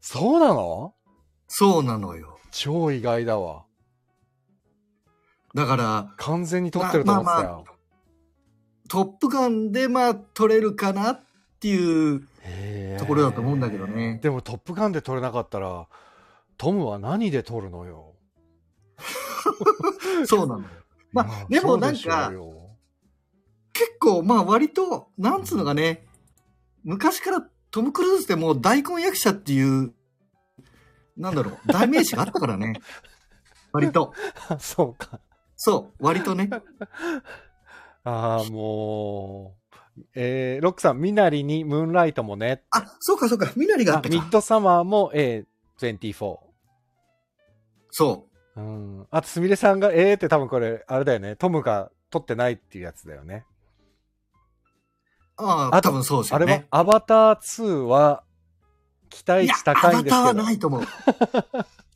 Speaker 1: そうなの
Speaker 2: そうなのよ。
Speaker 1: 超意外だわ。
Speaker 2: だから、
Speaker 1: 完全に撮ってると思ってたよ。
Speaker 2: まあまトップガンでまあ取れるかなっ ていう
Speaker 1: へー
Speaker 2: ところだと思うんだけどね。
Speaker 1: でも「トップガン」で撮れなかったらトムは何で撮るのよ
Speaker 2: そうなのよ。まあ
Speaker 1: いや
Speaker 2: でもなん
Speaker 1: そ
Speaker 2: か
Speaker 1: うでしょうよ
Speaker 2: 結構まあ割と、なんつうのかね、昔からトム・クルーズってもう大根役者っていう、なんだろう、代名詞があったから ね。割と。
Speaker 1: あそうか
Speaker 2: そう、割とね。
Speaker 1: ああもうえー、ロックさん「みなりにムーンライトもね
Speaker 2: あ、そうかそうか、みなり」があ
Speaker 1: あ
Speaker 2: った
Speaker 1: ミッ
Speaker 2: か。
Speaker 1: ドサマー」も、えー、24
Speaker 2: そう。
Speaker 1: うんあとすみれさんが「えー」って多分これあれだよねトムが撮ってないっていうやつだよね
Speaker 2: ああ、
Speaker 1: あと
Speaker 2: 多分そうです
Speaker 1: あ
Speaker 2: よ
Speaker 1: れは、
Speaker 2: ね。
Speaker 1: アバター2は期待
Speaker 2: いや
Speaker 1: 値、
Speaker 2: ア
Speaker 1: 高いん
Speaker 2: バ
Speaker 1: で
Speaker 2: タ
Speaker 1: す
Speaker 2: ー
Speaker 1: け
Speaker 2: は
Speaker 1: ど
Speaker 2: な、いと思う。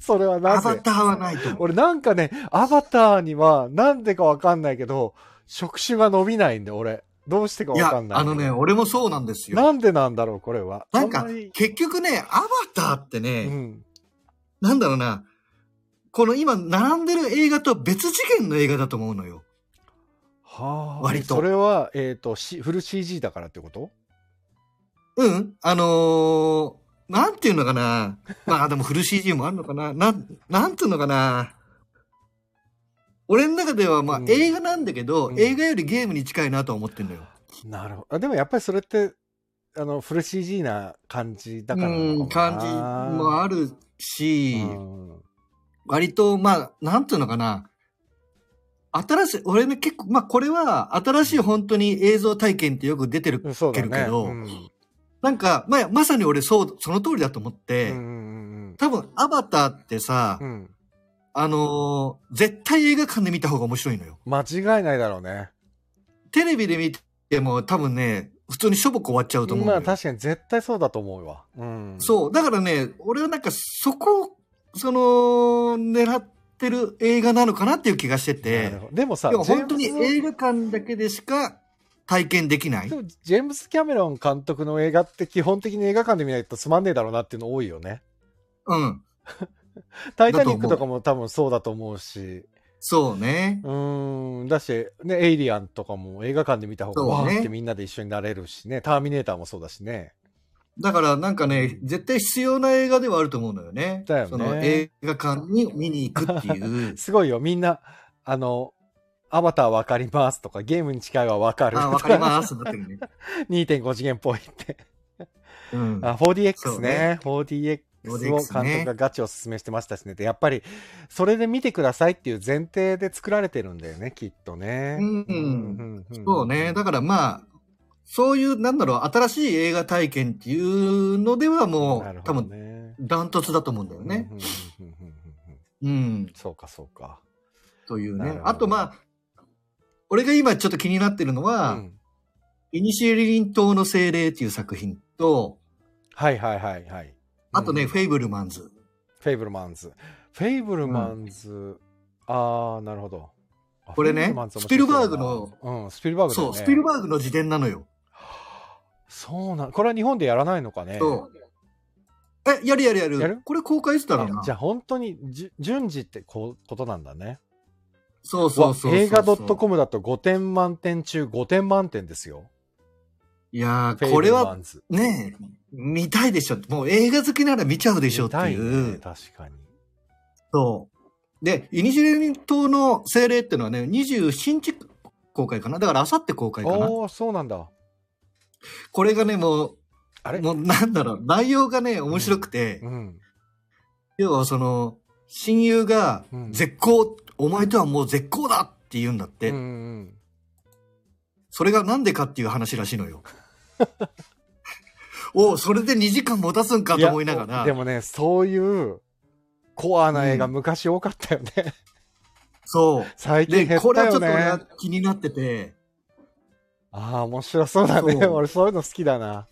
Speaker 1: それは
Speaker 2: ア
Speaker 1: な
Speaker 2: バ
Speaker 1: ぜ
Speaker 2: ターはないと思う。
Speaker 1: 俺なんかね、アバターにはなんでかわかんないけど、触手が伸びないんで、俺。どうしてか
Speaker 2: い
Speaker 1: わ
Speaker 2: や、
Speaker 1: かんない。
Speaker 2: あのね、俺もそうなんですよ。
Speaker 1: なんでなんだろう、これは。
Speaker 2: なんか
Speaker 1: あまり、
Speaker 2: 結局ね、アバターって
Speaker 1: う
Speaker 2: ね、
Speaker 1: ん。
Speaker 2: なんだろうな、この今並んでる映画とは別次元の映画だと思うのよ。
Speaker 1: はあ。
Speaker 2: 割と
Speaker 1: それは、えっ、と、C、フル CG だからってこと
Speaker 2: うん。あのー、なんていうのかな。まあでもフル CG もあるのかな。なん、なんていうのかな。俺の中ではまあ
Speaker 1: うん
Speaker 2: 映画なんだけど、
Speaker 1: うん
Speaker 2: 映画よりゲームに近いなとは思ってんのよ。
Speaker 1: なるほど。あでもやっぱりそれって、あの、フル CG な感じだからな
Speaker 2: うん、
Speaker 1: のか
Speaker 2: 感
Speaker 1: も
Speaker 2: じ
Speaker 1: な
Speaker 2: もあるし、
Speaker 1: うん
Speaker 2: 割とまあ、なんていうのかな。新しい、俺ね結構、まあこれは新しい本当に映像体験ってよく出てる。
Speaker 1: うん。そうだ
Speaker 2: け
Speaker 1: ね。
Speaker 2: ど
Speaker 1: うん
Speaker 2: なんか、まあまさに俺そう、その通りだと思って、
Speaker 1: うんうん
Speaker 2: 多分アバターってさ、
Speaker 1: うんうん。
Speaker 2: あのー絶対映画館で見た方が面白いのよ。
Speaker 1: 間違いないだろうね。
Speaker 2: テレビで見ても多分ね、普通にしょぼく終わっちゃうと思うの
Speaker 1: まあ
Speaker 2: よ。
Speaker 1: 確かに絶対そうだと思うわ。うん。
Speaker 2: そう。だからね、俺はなんかそこを、その、狙ってる映画なのかなっていう気がして
Speaker 1: なる
Speaker 2: て。
Speaker 1: ほどでもさ、
Speaker 2: でも本当に
Speaker 1: ジェームズ
Speaker 2: 映画館だけでしか体験できない
Speaker 1: で。もジェームス・キャメロン監督の映画って基本的に映画館で見ないとつまんねえだろうなっていうの多いよね。
Speaker 2: うん。
Speaker 1: タイタニックとかも多分そうだと思うし、
Speaker 2: そうね。
Speaker 1: うーん、だし、ね、エイリアンとかも映画館で見た方が
Speaker 2: そうね
Speaker 1: わーってみんなで一緒になれるしね、ターミネーターもそうだしね。
Speaker 2: だからなんかね、絶対必要な映画ではあると思うのよね。
Speaker 1: だよね
Speaker 2: その映画館に見に行くって いう。
Speaker 1: すごいよ、みんな、あの、アバターわかりますとか、ゲームに近いはわかる
Speaker 2: あ、わかり
Speaker 1: す。
Speaker 2: ます。なってるね。
Speaker 1: 2.5次元っぽいって。
Speaker 2: うん。
Speaker 1: あ、4DX
Speaker 2: そう
Speaker 1: ね
Speaker 2: ね。
Speaker 1: 4DX を
Speaker 2: 4DX
Speaker 1: 監督がガチおすすめしてましたしね。で、やっぱり、それで見てくださいっていう前提で作られてるんだよね、きっとね。
Speaker 2: うん
Speaker 1: んうん
Speaker 2: そうね。だからまあ、そういう、なんだろう、新しい映画体験っていうのではもう、
Speaker 1: なるほ
Speaker 2: 多
Speaker 1: ど
Speaker 2: 分、
Speaker 1: ね。
Speaker 2: ダントツだと思うんだよね。
Speaker 1: うんうんうんうんうんうん。
Speaker 2: うん。
Speaker 1: そうか、そうか。
Speaker 2: という
Speaker 1: なる
Speaker 2: ね
Speaker 1: ほ。ど
Speaker 2: あとまあ、俺が今ちょっと気になってるのは、
Speaker 1: うん
Speaker 2: イニシエリン島の精霊っていう作品と、
Speaker 1: はいはいはいはい。
Speaker 2: あとね、
Speaker 1: うん
Speaker 2: フェイブルマンズ。
Speaker 1: フェイブルマンズ。フェイブルマンズ、あー、なるほど。あ
Speaker 2: これね
Speaker 1: フェイブルマンズ面白そうだな
Speaker 2: スピルバー
Speaker 1: うん、スピルバーグだ
Speaker 2: そ
Speaker 1: よ
Speaker 2: う、
Speaker 1: ね
Speaker 2: スピルバーグの自伝なのよ。
Speaker 1: そうなん、これは日本でやらないのかね。
Speaker 2: そう。え、やるやるやる。
Speaker 1: やる
Speaker 2: これ公開してたらな
Speaker 1: あ。じゃあ本当にじゅ順次ってこうことなんだね。
Speaker 2: そうそうそうそうそう。
Speaker 1: 映画 .com だと5点満点中5点満点ですよ。
Speaker 2: いや
Speaker 1: フェ
Speaker 2: ー、
Speaker 1: イ
Speaker 2: これ
Speaker 1: ブルマ
Speaker 2: は
Speaker 1: ンズ
Speaker 2: ねえ、見たいでしょ。もう映画好きなら見ちゃうでしょって
Speaker 1: 見
Speaker 2: い
Speaker 1: た
Speaker 2: う。
Speaker 1: ね確かに。
Speaker 2: そう。で、イニシエリン島の精霊ってのはね、27日公開かな。だからあさって公開かな。
Speaker 1: おお、そうなんだ。
Speaker 2: これがね、もう、
Speaker 1: あれ
Speaker 2: もうなんだろう、内容がね、面白くて、
Speaker 1: うん。
Speaker 2: 要はその、親友が
Speaker 1: うん、
Speaker 2: 絶好、お前とはもう絶好だって言うんだって、
Speaker 1: うんうん
Speaker 2: それがなんでかっていう話らしいのよ。 おうそれで2時間持たすんかと思いなが
Speaker 1: や
Speaker 2: ら
Speaker 1: で、もね、そういうコアな映画
Speaker 2: うん
Speaker 1: 昔多かったよね。
Speaker 2: そう。
Speaker 1: 最近減
Speaker 2: で、
Speaker 1: っ
Speaker 2: これ
Speaker 1: た
Speaker 2: はち
Speaker 1: よ
Speaker 2: ょっと
Speaker 1: ね。
Speaker 2: 俺
Speaker 1: あ
Speaker 2: は気になってて、
Speaker 1: あー、面白そうだね。
Speaker 2: そう
Speaker 1: 俺そういうの好きだな。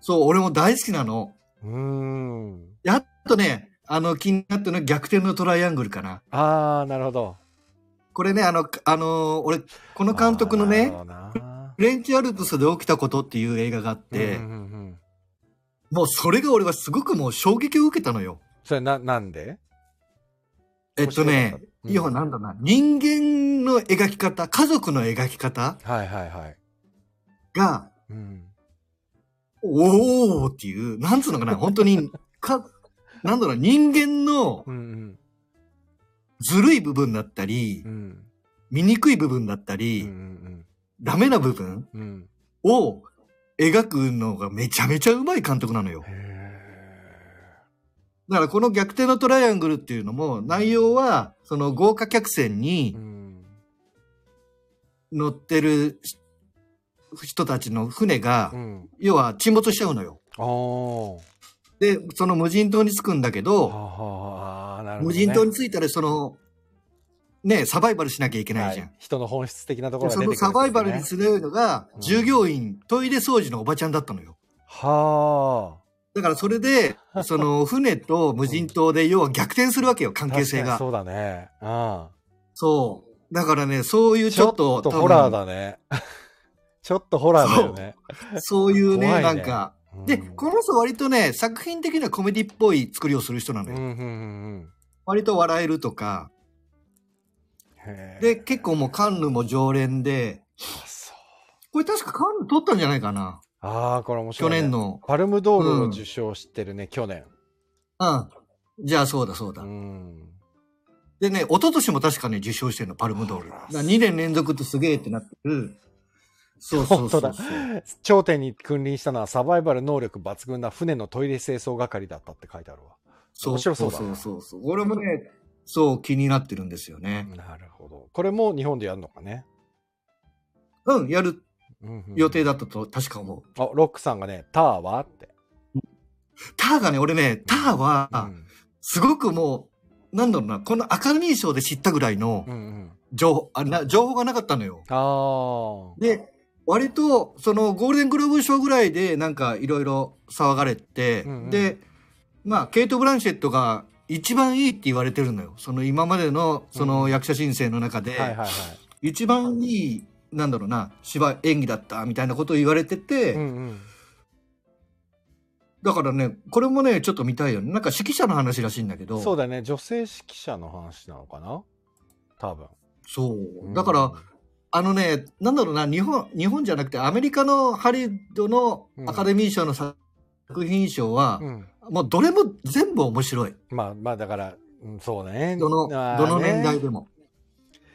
Speaker 2: そう、俺も大好きなの。
Speaker 1: うーん。
Speaker 2: やっとね、あの、気になったのは逆転のトライアングルかな。
Speaker 1: ああ、なるほど。
Speaker 2: これね、あの、かあのー俺、この監督のね、
Speaker 1: あーなるほどな
Speaker 2: フレンチアルプスで起きたことっていう映画があって、
Speaker 1: うんうんうん
Speaker 2: もうそれが俺はすごくもう衝撃を受けたのよ。
Speaker 1: それな、なんで
Speaker 2: えっ
Speaker 1: 面
Speaker 2: と
Speaker 1: 白
Speaker 2: ね
Speaker 1: かった、うん
Speaker 2: 要はなんだな、人間の描き方、家族の描き方
Speaker 1: はいはいはい。
Speaker 2: が、
Speaker 1: うん。
Speaker 2: おーっていう、なんつうのか な、本当に、か、なんだろう、人間の
Speaker 1: うんうん。
Speaker 2: ずるい部分だったり
Speaker 1: う、ん。
Speaker 2: 醜い部分だった
Speaker 1: うんう
Speaker 2: り、
Speaker 1: ん
Speaker 2: ダメな部分
Speaker 1: うんうん。
Speaker 2: を描くのがめちゃめちゃうまい監督なのよ。
Speaker 1: へえ。
Speaker 2: だからこの逆転のトライアングルっていうのも内容はその豪華客船に
Speaker 1: うん。
Speaker 2: 乗ってるし人たちの船が
Speaker 1: うん。
Speaker 2: 要は沈没しちゃうのよ。
Speaker 1: あー
Speaker 2: で、その無人島に着くんだけ
Speaker 1: はあ。
Speaker 2: ど、
Speaker 1: はあ、なるほど、ね。
Speaker 2: 無人島に着いたらそのね、サバイバルしなきゃいけないじゃん。
Speaker 1: はい人の本質的なところが
Speaker 2: そ
Speaker 1: 出てくるん
Speaker 2: の
Speaker 1: ですよ
Speaker 2: サ
Speaker 1: ね
Speaker 2: バイバルに強いのが、
Speaker 1: うん
Speaker 2: 従業員、トイレ掃除のおばちゃんだったのよ。
Speaker 1: は
Speaker 2: だからそれ で、その船と無人島で要は逆転するわけよ、
Speaker 1: あ
Speaker 2: 関係性が。
Speaker 1: そうだねうん
Speaker 2: そう。だからね、そういうちょっと、
Speaker 1: ちょっ
Speaker 2: 多分
Speaker 1: ホラーだね ちょっとホラーだよね
Speaker 2: そういうね
Speaker 1: 怖いね
Speaker 2: なんか。で、この人割とね、作品的にはコメディっぽい作りをする人なの
Speaker 1: う
Speaker 2: よ。
Speaker 1: んうんうん
Speaker 2: 割と笑えるとか。
Speaker 1: うんへえ
Speaker 2: で、結構もうカンヌも常連で、
Speaker 1: あそう
Speaker 2: これ確かカンヌ撮ったんじゃないかな。
Speaker 1: あーこれ面白
Speaker 2: 去
Speaker 1: いね
Speaker 2: 年の。
Speaker 1: パルムドールを受賞してるね、去年
Speaker 2: うん。じゃあそうだそう
Speaker 1: う
Speaker 2: だ。
Speaker 1: ん
Speaker 2: でね、一昨年も確かね、受賞してるの、パルムドール。だ
Speaker 1: あら
Speaker 2: 2年連続ってすげえってなってる。そうそうそうそう。
Speaker 1: 本頂点に君臨したのはサバイバル能力抜群な船のトイレ清掃係だったって書いてあるわ
Speaker 2: そう
Speaker 1: 面
Speaker 2: そう
Speaker 1: 白
Speaker 2: そ
Speaker 1: そうう
Speaker 2: そ
Speaker 1: だ
Speaker 2: う
Speaker 1: な
Speaker 2: そう俺もね、そう気になってるんですよね。
Speaker 1: なるほどこれも日本でやるのかね、
Speaker 2: うん、やる
Speaker 1: うんうん
Speaker 2: 予定だったと確か思う。
Speaker 1: あロックさんがね「ターは?」って、
Speaker 2: ターがね、俺ね、ターは、
Speaker 1: うん
Speaker 2: すごくもう、なんだろうな、このアカデミー賞で知ったぐらいの
Speaker 1: うんうん、
Speaker 2: 情報、あな情報がなかったのよ。
Speaker 1: ああ
Speaker 2: で、割と、そのゴールデングローブ賞ぐらいで、なんかいろいろ騒がれて、
Speaker 1: うんうん
Speaker 2: で、まあ、ケイト・ブランシェットが一番いいって言われてるのよ。その今までの、その役者申請の中で、
Speaker 1: はいはいはい、
Speaker 2: 一番いい、なんだろうな、芝居、演技だった、みたいなことを言われてて、
Speaker 1: うんうん、
Speaker 2: だからね、これもね、ちょっと見たいよね。なんか指揮者の話らしいんだけど、
Speaker 1: そうだね女性指揮者の話なのかな多分
Speaker 2: そう
Speaker 1: うん
Speaker 2: だから、あのね、なんだろうな、日本、日本じゃなくて、アメリカのハリウッドのアカデミー賞の作品賞は、
Speaker 1: うん、
Speaker 2: もうどれも全部面白い。
Speaker 1: まあまあだから、うん、そうね
Speaker 2: どの、
Speaker 1: あー
Speaker 2: どの年代
Speaker 1: ね
Speaker 2: でも。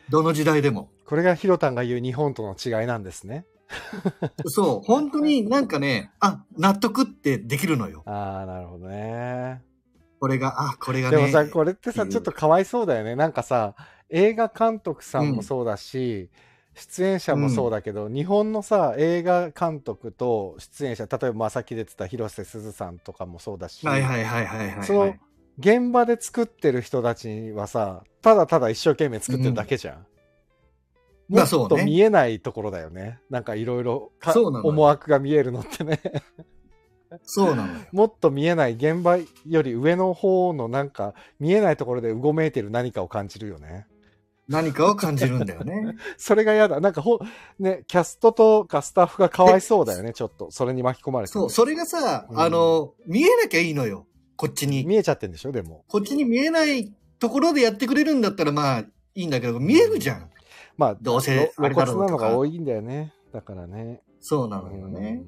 Speaker 2: どの時代でも。
Speaker 1: これがヒロタンが言う日本との違いなんですね
Speaker 2: そう、本当になんかね、あ、納得ってできるのよ。
Speaker 1: ああなるほどね
Speaker 2: これが、あ、これが
Speaker 1: で
Speaker 2: ね。
Speaker 1: もさこれって
Speaker 2: っ
Speaker 1: さ
Speaker 2: ていう
Speaker 1: ちょっとかわいそうだよねなんかさ映画監督さんもそうだし、出演者もそうだけど、日本のさ映画監督と出演者例えばまあさっき出てた広瀬すずさんとかもそうだし、
Speaker 2: はいはいはいはいはい、はい。
Speaker 1: その現場で作ってる人たちはさただただ一生懸命作ってるだけじゃん。
Speaker 2: うん
Speaker 1: も
Speaker 2: まあ
Speaker 1: っ
Speaker 2: そう
Speaker 1: と
Speaker 2: ね
Speaker 1: 見えないところだよね。なんかいろいろか
Speaker 2: そうなのよ
Speaker 1: 思惑が見えるのってね。
Speaker 2: そうなのよ。
Speaker 1: もっと見えない現場より上の方のなんか見えないところでうごめいてる何かを感じるよね。
Speaker 2: 何かを感じるんだ よね。
Speaker 1: それが嫌だ。なんかほん、ね、キャストとかスタッフがかわいそうだよね、ちょっと。それに巻き込まれて。
Speaker 2: そう、それがさ、
Speaker 1: うん
Speaker 2: あの、見えなきゃいいのよ。こっちに。
Speaker 1: 見えちゃってんでしょ、でも。
Speaker 2: こっちに見えないところでやってくれるんだったらまあいいんだけど、見えるじゃん。
Speaker 1: まあ、
Speaker 2: どうせあ
Speaker 1: 露
Speaker 2: れだ
Speaker 1: 骨
Speaker 2: ろうとか
Speaker 1: なのが多いんだよね。だからね。
Speaker 2: そうなのよね。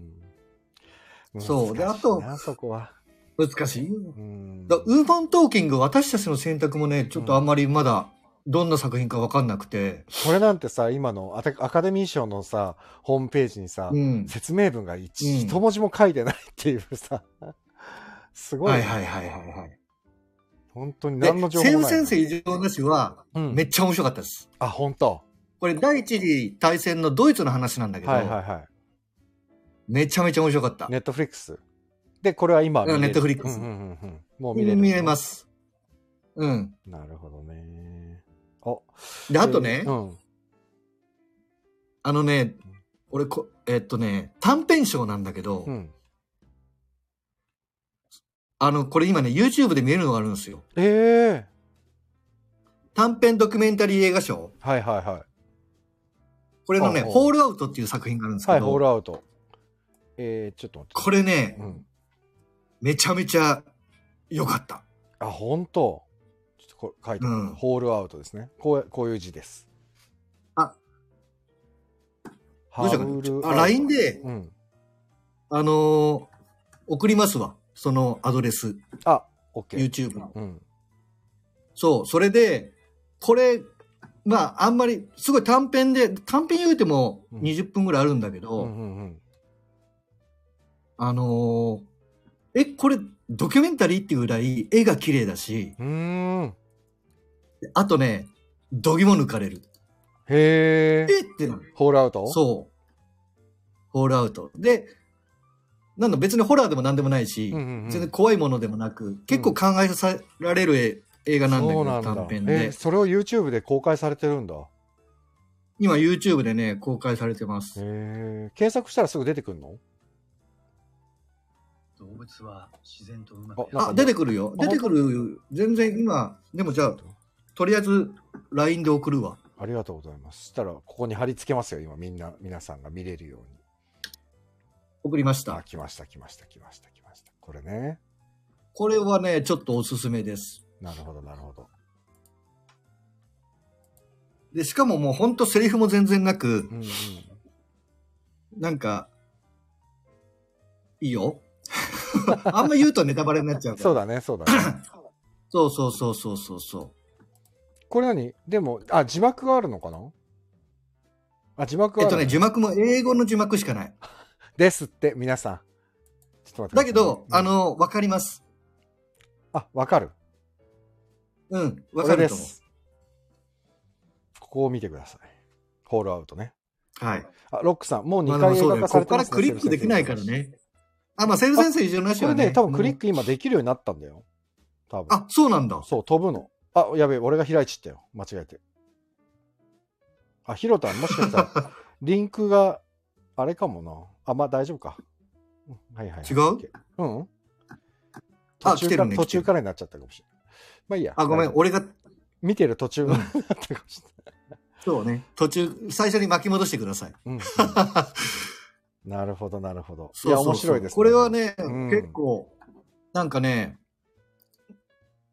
Speaker 1: うん。
Speaker 2: そうで
Speaker 1: 難しいなそこは。
Speaker 2: 難しいよ。
Speaker 1: うん
Speaker 2: だウーマントーキング、私たちの選択もね、ちょっとあんまりまだ、どんな作品かわかんなくて。
Speaker 1: これなんてさ、今のアタアカデミー賞のさ、ホームページにさ、
Speaker 2: うん。
Speaker 1: 説明文が一,、
Speaker 2: うん
Speaker 1: 一文字も書いてないっていうさ、すごい、
Speaker 2: はいはいはいはいはい。
Speaker 1: 本当に
Speaker 2: で
Speaker 1: 何の、情報
Speaker 2: 西
Speaker 1: も
Speaker 2: 武
Speaker 1: ない。
Speaker 2: 先生異常なしは、
Speaker 1: うん
Speaker 2: めっちゃ面白かったです。
Speaker 1: あ、本当。
Speaker 2: これ第一次大戦のドイツの話なんだけど、
Speaker 1: はいはいは
Speaker 2: めちゃめちゃ面白かった
Speaker 1: い。。ネットフリックス。で、これは今見れる。
Speaker 2: Netflix
Speaker 1: うんうんうんうんもう見
Speaker 2: 見
Speaker 1: れ
Speaker 2: れ
Speaker 1: る。。
Speaker 2: ますす。うん。
Speaker 1: なるほどね。あ、
Speaker 2: で、あとね、
Speaker 1: うん。
Speaker 2: あのね、俺こ、えっとね、短編賞なんだけど、
Speaker 1: うん。
Speaker 2: あの、これ今ね、YouTube で見えるのがあるんですよ。
Speaker 1: ええ
Speaker 2: 短編ドキュメンタリー映画賞。
Speaker 1: はいはいはい。
Speaker 2: これのね、
Speaker 1: ほうほう
Speaker 2: ホールアウトっていう作品があるんです
Speaker 1: はい、
Speaker 2: け
Speaker 1: ホー
Speaker 2: ど、
Speaker 1: ルアウト。えー、ちょっと待
Speaker 2: これね
Speaker 1: って。う、ん。
Speaker 2: めちゃめちゃ良かった。
Speaker 1: あ、本当。ちょっとこれ書いてある、
Speaker 2: うん
Speaker 1: ホールアウトですね。こうこういう字です。
Speaker 2: あ、ど
Speaker 1: ハ
Speaker 2: うし
Speaker 1: ウ
Speaker 2: よう
Speaker 1: ル
Speaker 2: かな。あ、LINE
Speaker 1: で。
Speaker 2: で、
Speaker 1: うん。
Speaker 2: あのー送りますわ。そのアドレス、
Speaker 1: あ、OK。
Speaker 2: YouTube の。
Speaker 1: うん。
Speaker 2: そう、それで、これ、まあ、あんまり、すごい短編で、短編言うても
Speaker 1: うん
Speaker 2: 20分ぐらいあるんだけ
Speaker 1: う
Speaker 2: ど、
Speaker 1: んうんうん。
Speaker 2: あのーえ、これ、ドキュメンタリーっていうぐらい、絵が綺麗だし、
Speaker 1: うーん。
Speaker 2: あとね、度肝抜かれる。
Speaker 1: へえ。
Speaker 2: えってなる。
Speaker 1: ホールアウト
Speaker 2: そう。ホールアウト。で、なんだ、別にホラーでも何でもないし、
Speaker 1: うんうんうん
Speaker 2: 全然怖いものでもなく、結構考えさせられる映画なんだけ
Speaker 1: そう
Speaker 2: ど、
Speaker 1: なんだ
Speaker 2: 短編
Speaker 1: え
Speaker 2: で。
Speaker 1: それを YouTube で公開されてるんだ
Speaker 2: 今 YouTube でね、公開されてます。
Speaker 1: え検索したらすぐ出てくるの
Speaker 3: 動物は自然とうま
Speaker 1: く
Speaker 3: く
Speaker 1: やる
Speaker 2: あ、出てくるよ。
Speaker 1: あ
Speaker 2: 出てくる。全然今、でもじゃあ、とりあえず LINE で送るわ。
Speaker 1: ありがとうございますそしたらここに貼り付けますよ今みんな皆さんが見れるように
Speaker 2: 送りまし
Speaker 1: あ
Speaker 2: た。
Speaker 1: 来ました来ました来ました来ましたこれね
Speaker 2: これはね、ちょっとおすすめです。
Speaker 1: なるほどなるほど
Speaker 2: で、しかももうほんとセリフも全然なく
Speaker 1: う、んうん
Speaker 2: なんか、いいよ。 あんま言うとネタバレになっちゃうから。
Speaker 1: そうだねそうだ ね
Speaker 2: そうそうそうそうそうそう。
Speaker 1: これ何でもあ字幕があるのかなあ字幕
Speaker 2: え
Speaker 1: が
Speaker 2: っ
Speaker 1: ある
Speaker 2: と
Speaker 1: の
Speaker 2: ね、字幕も英語の字幕しかない。
Speaker 1: ですって皆さんちょっと待ってくさいね
Speaker 2: だけど、
Speaker 1: うん
Speaker 2: あの、わかります。
Speaker 1: あわかる
Speaker 2: うん、わ
Speaker 1: こ
Speaker 2: か
Speaker 1: れで
Speaker 2: ると思
Speaker 1: すここを見てくださいホールアウトね
Speaker 2: う。はい。
Speaker 1: あロックさんもう
Speaker 2: まあ
Speaker 1: 2
Speaker 2: でも
Speaker 1: 回映
Speaker 2: そうだ
Speaker 1: 画
Speaker 2: よ
Speaker 1: 化
Speaker 2: ね。
Speaker 1: さ
Speaker 2: こ
Speaker 1: れてます
Speaker 2: こからクリックできないからね。あ、まあ、セル先生一緒なし
Speaker 1: こ
Speaker 2: は
Speaker 1: れ
Speaker 2: ね。
Speaker 1: ね多分クリッ
Speaker 2: もう。
Speaker 1: ク今できるようになったんだよ多分
Speaker 2: あ、そうなんだ。
Speaker 1: そう、飛ぶの。あ、やべえ、俺が開いちったよ。間違えて。あ、ひろたん、もしかした ら、リンクが、あれかもな。あ、まあ大丈夫か。うんはいはい、はい。
Speaker 2: 違う
Speaker 1: OK うん。途中
Speaker 2: 来て
Speaker 1: か
Speaker 2: る
Speaker 1: ら、
Speaker 2: ね
Speaker 1: 途中からになっちゃったかもしれない。まあいいや。
Speaker 2: あ、ご
Speaker 1: 大
Speaker 2: めん。
Speaker 1: 丈夫
Speaker 2: 俺が、
Speaker 1: 見てる途中がなったかもしれない。
Speaker 2: そうね。途中、最初に巻き戻してください。
Speaker 1: うんうん なるほど、なるほど。い
Speaker 2: そう
Speaker 1: や、
Speaker 2: そうそう
Speaker 1: 面白いです、
Speaker 2: これは、ね、
Speaker 1: うん
Speaker 2: 結構、なんかね、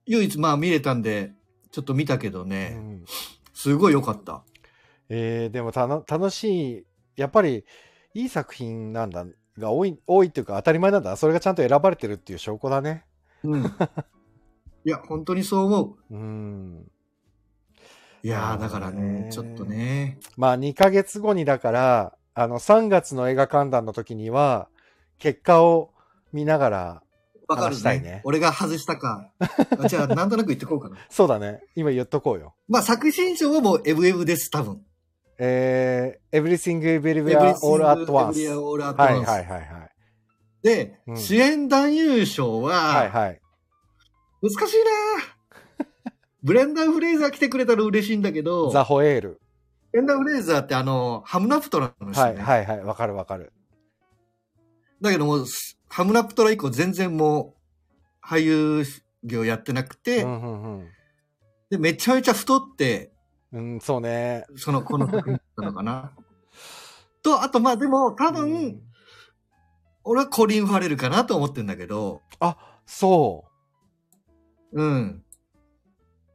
Speaker 2: 唯一まあ見れたんで、ちょっと見たけど
Speaker 1: う
Speaker 2: ね、
Speaker 1: ん、
Speaker 2: すごい良かった。
Speaker 1: えーでもたの楽しい、やっぱりいい作品なんだ、が多い、多いっていうか当たり前なんだ。それがちゃんと選ばれてるっていう証拠だね。
Speaker 2: うん。いや、本当にそう思
Speaker 1: うーん。
Speaker 2: う。いやー、だからね、
Speaker 1: ね
Speaker 2: ちょっとね。
Speaker 1: まあ、2ヶ月後にだから、あの、3月の映画観覧の時には、結果を見ながら、
Speaker 2: わかる
Speaker 1: 話したい
Speaker 2: ね
Speaker 1: ね
Speaker 2: 俺が外したか。あじゃあ、なんとなく言ってこうかな。
Speaker 1: そうだね、今言っとこうよ。
Speaker 2: まあ、作品賞はもうエブエブです、多分。
Speaker 1: えー、Everything Everywhere All at Once。
Speaker 2: エブリシングエブリアオールアット
Speaker 1: は
Speaker 2: ワ
Speaker 1: い
Speaker 2: ンス。
Speaker 1: はいはいはい。
Speaker 2: で、
Speaker 1: うん
Speaker 2: 主演男優賞
Speaker 1: はい
Speaker 2: は、
Speaker 1: はい。
Speaker 2: 難しいなぁブレンダー・フレイザー来てくれたら嬉しいんだけど、
Speaker 1: ザ・ホエール。
Speaker 2: ブレンダー・フレイザーってあの、ハムナプトラの人
Speaker 1: はい
Speaker 2: ね。
Speaker 1: はいはい。わかるわかる。
Speaker 2: だけどもう、すハムナプトラ以降全然もう、俳優業やってなく
Speaker 1: う
Speaker 2: て、
Speaker 1: んうん
Speaker 2: で、めちゃめちゃ太って、
Speaker 1: うん。うん、そうね。
Speaker 2: その、この作品だったのかな。 と、あと、まあでも、多分、
Speaker 1: うん
Speaker 2: 俺はコリン・ファレルかなと思ってんだけど、
Speaker 1: そ
Speaker 2: うん。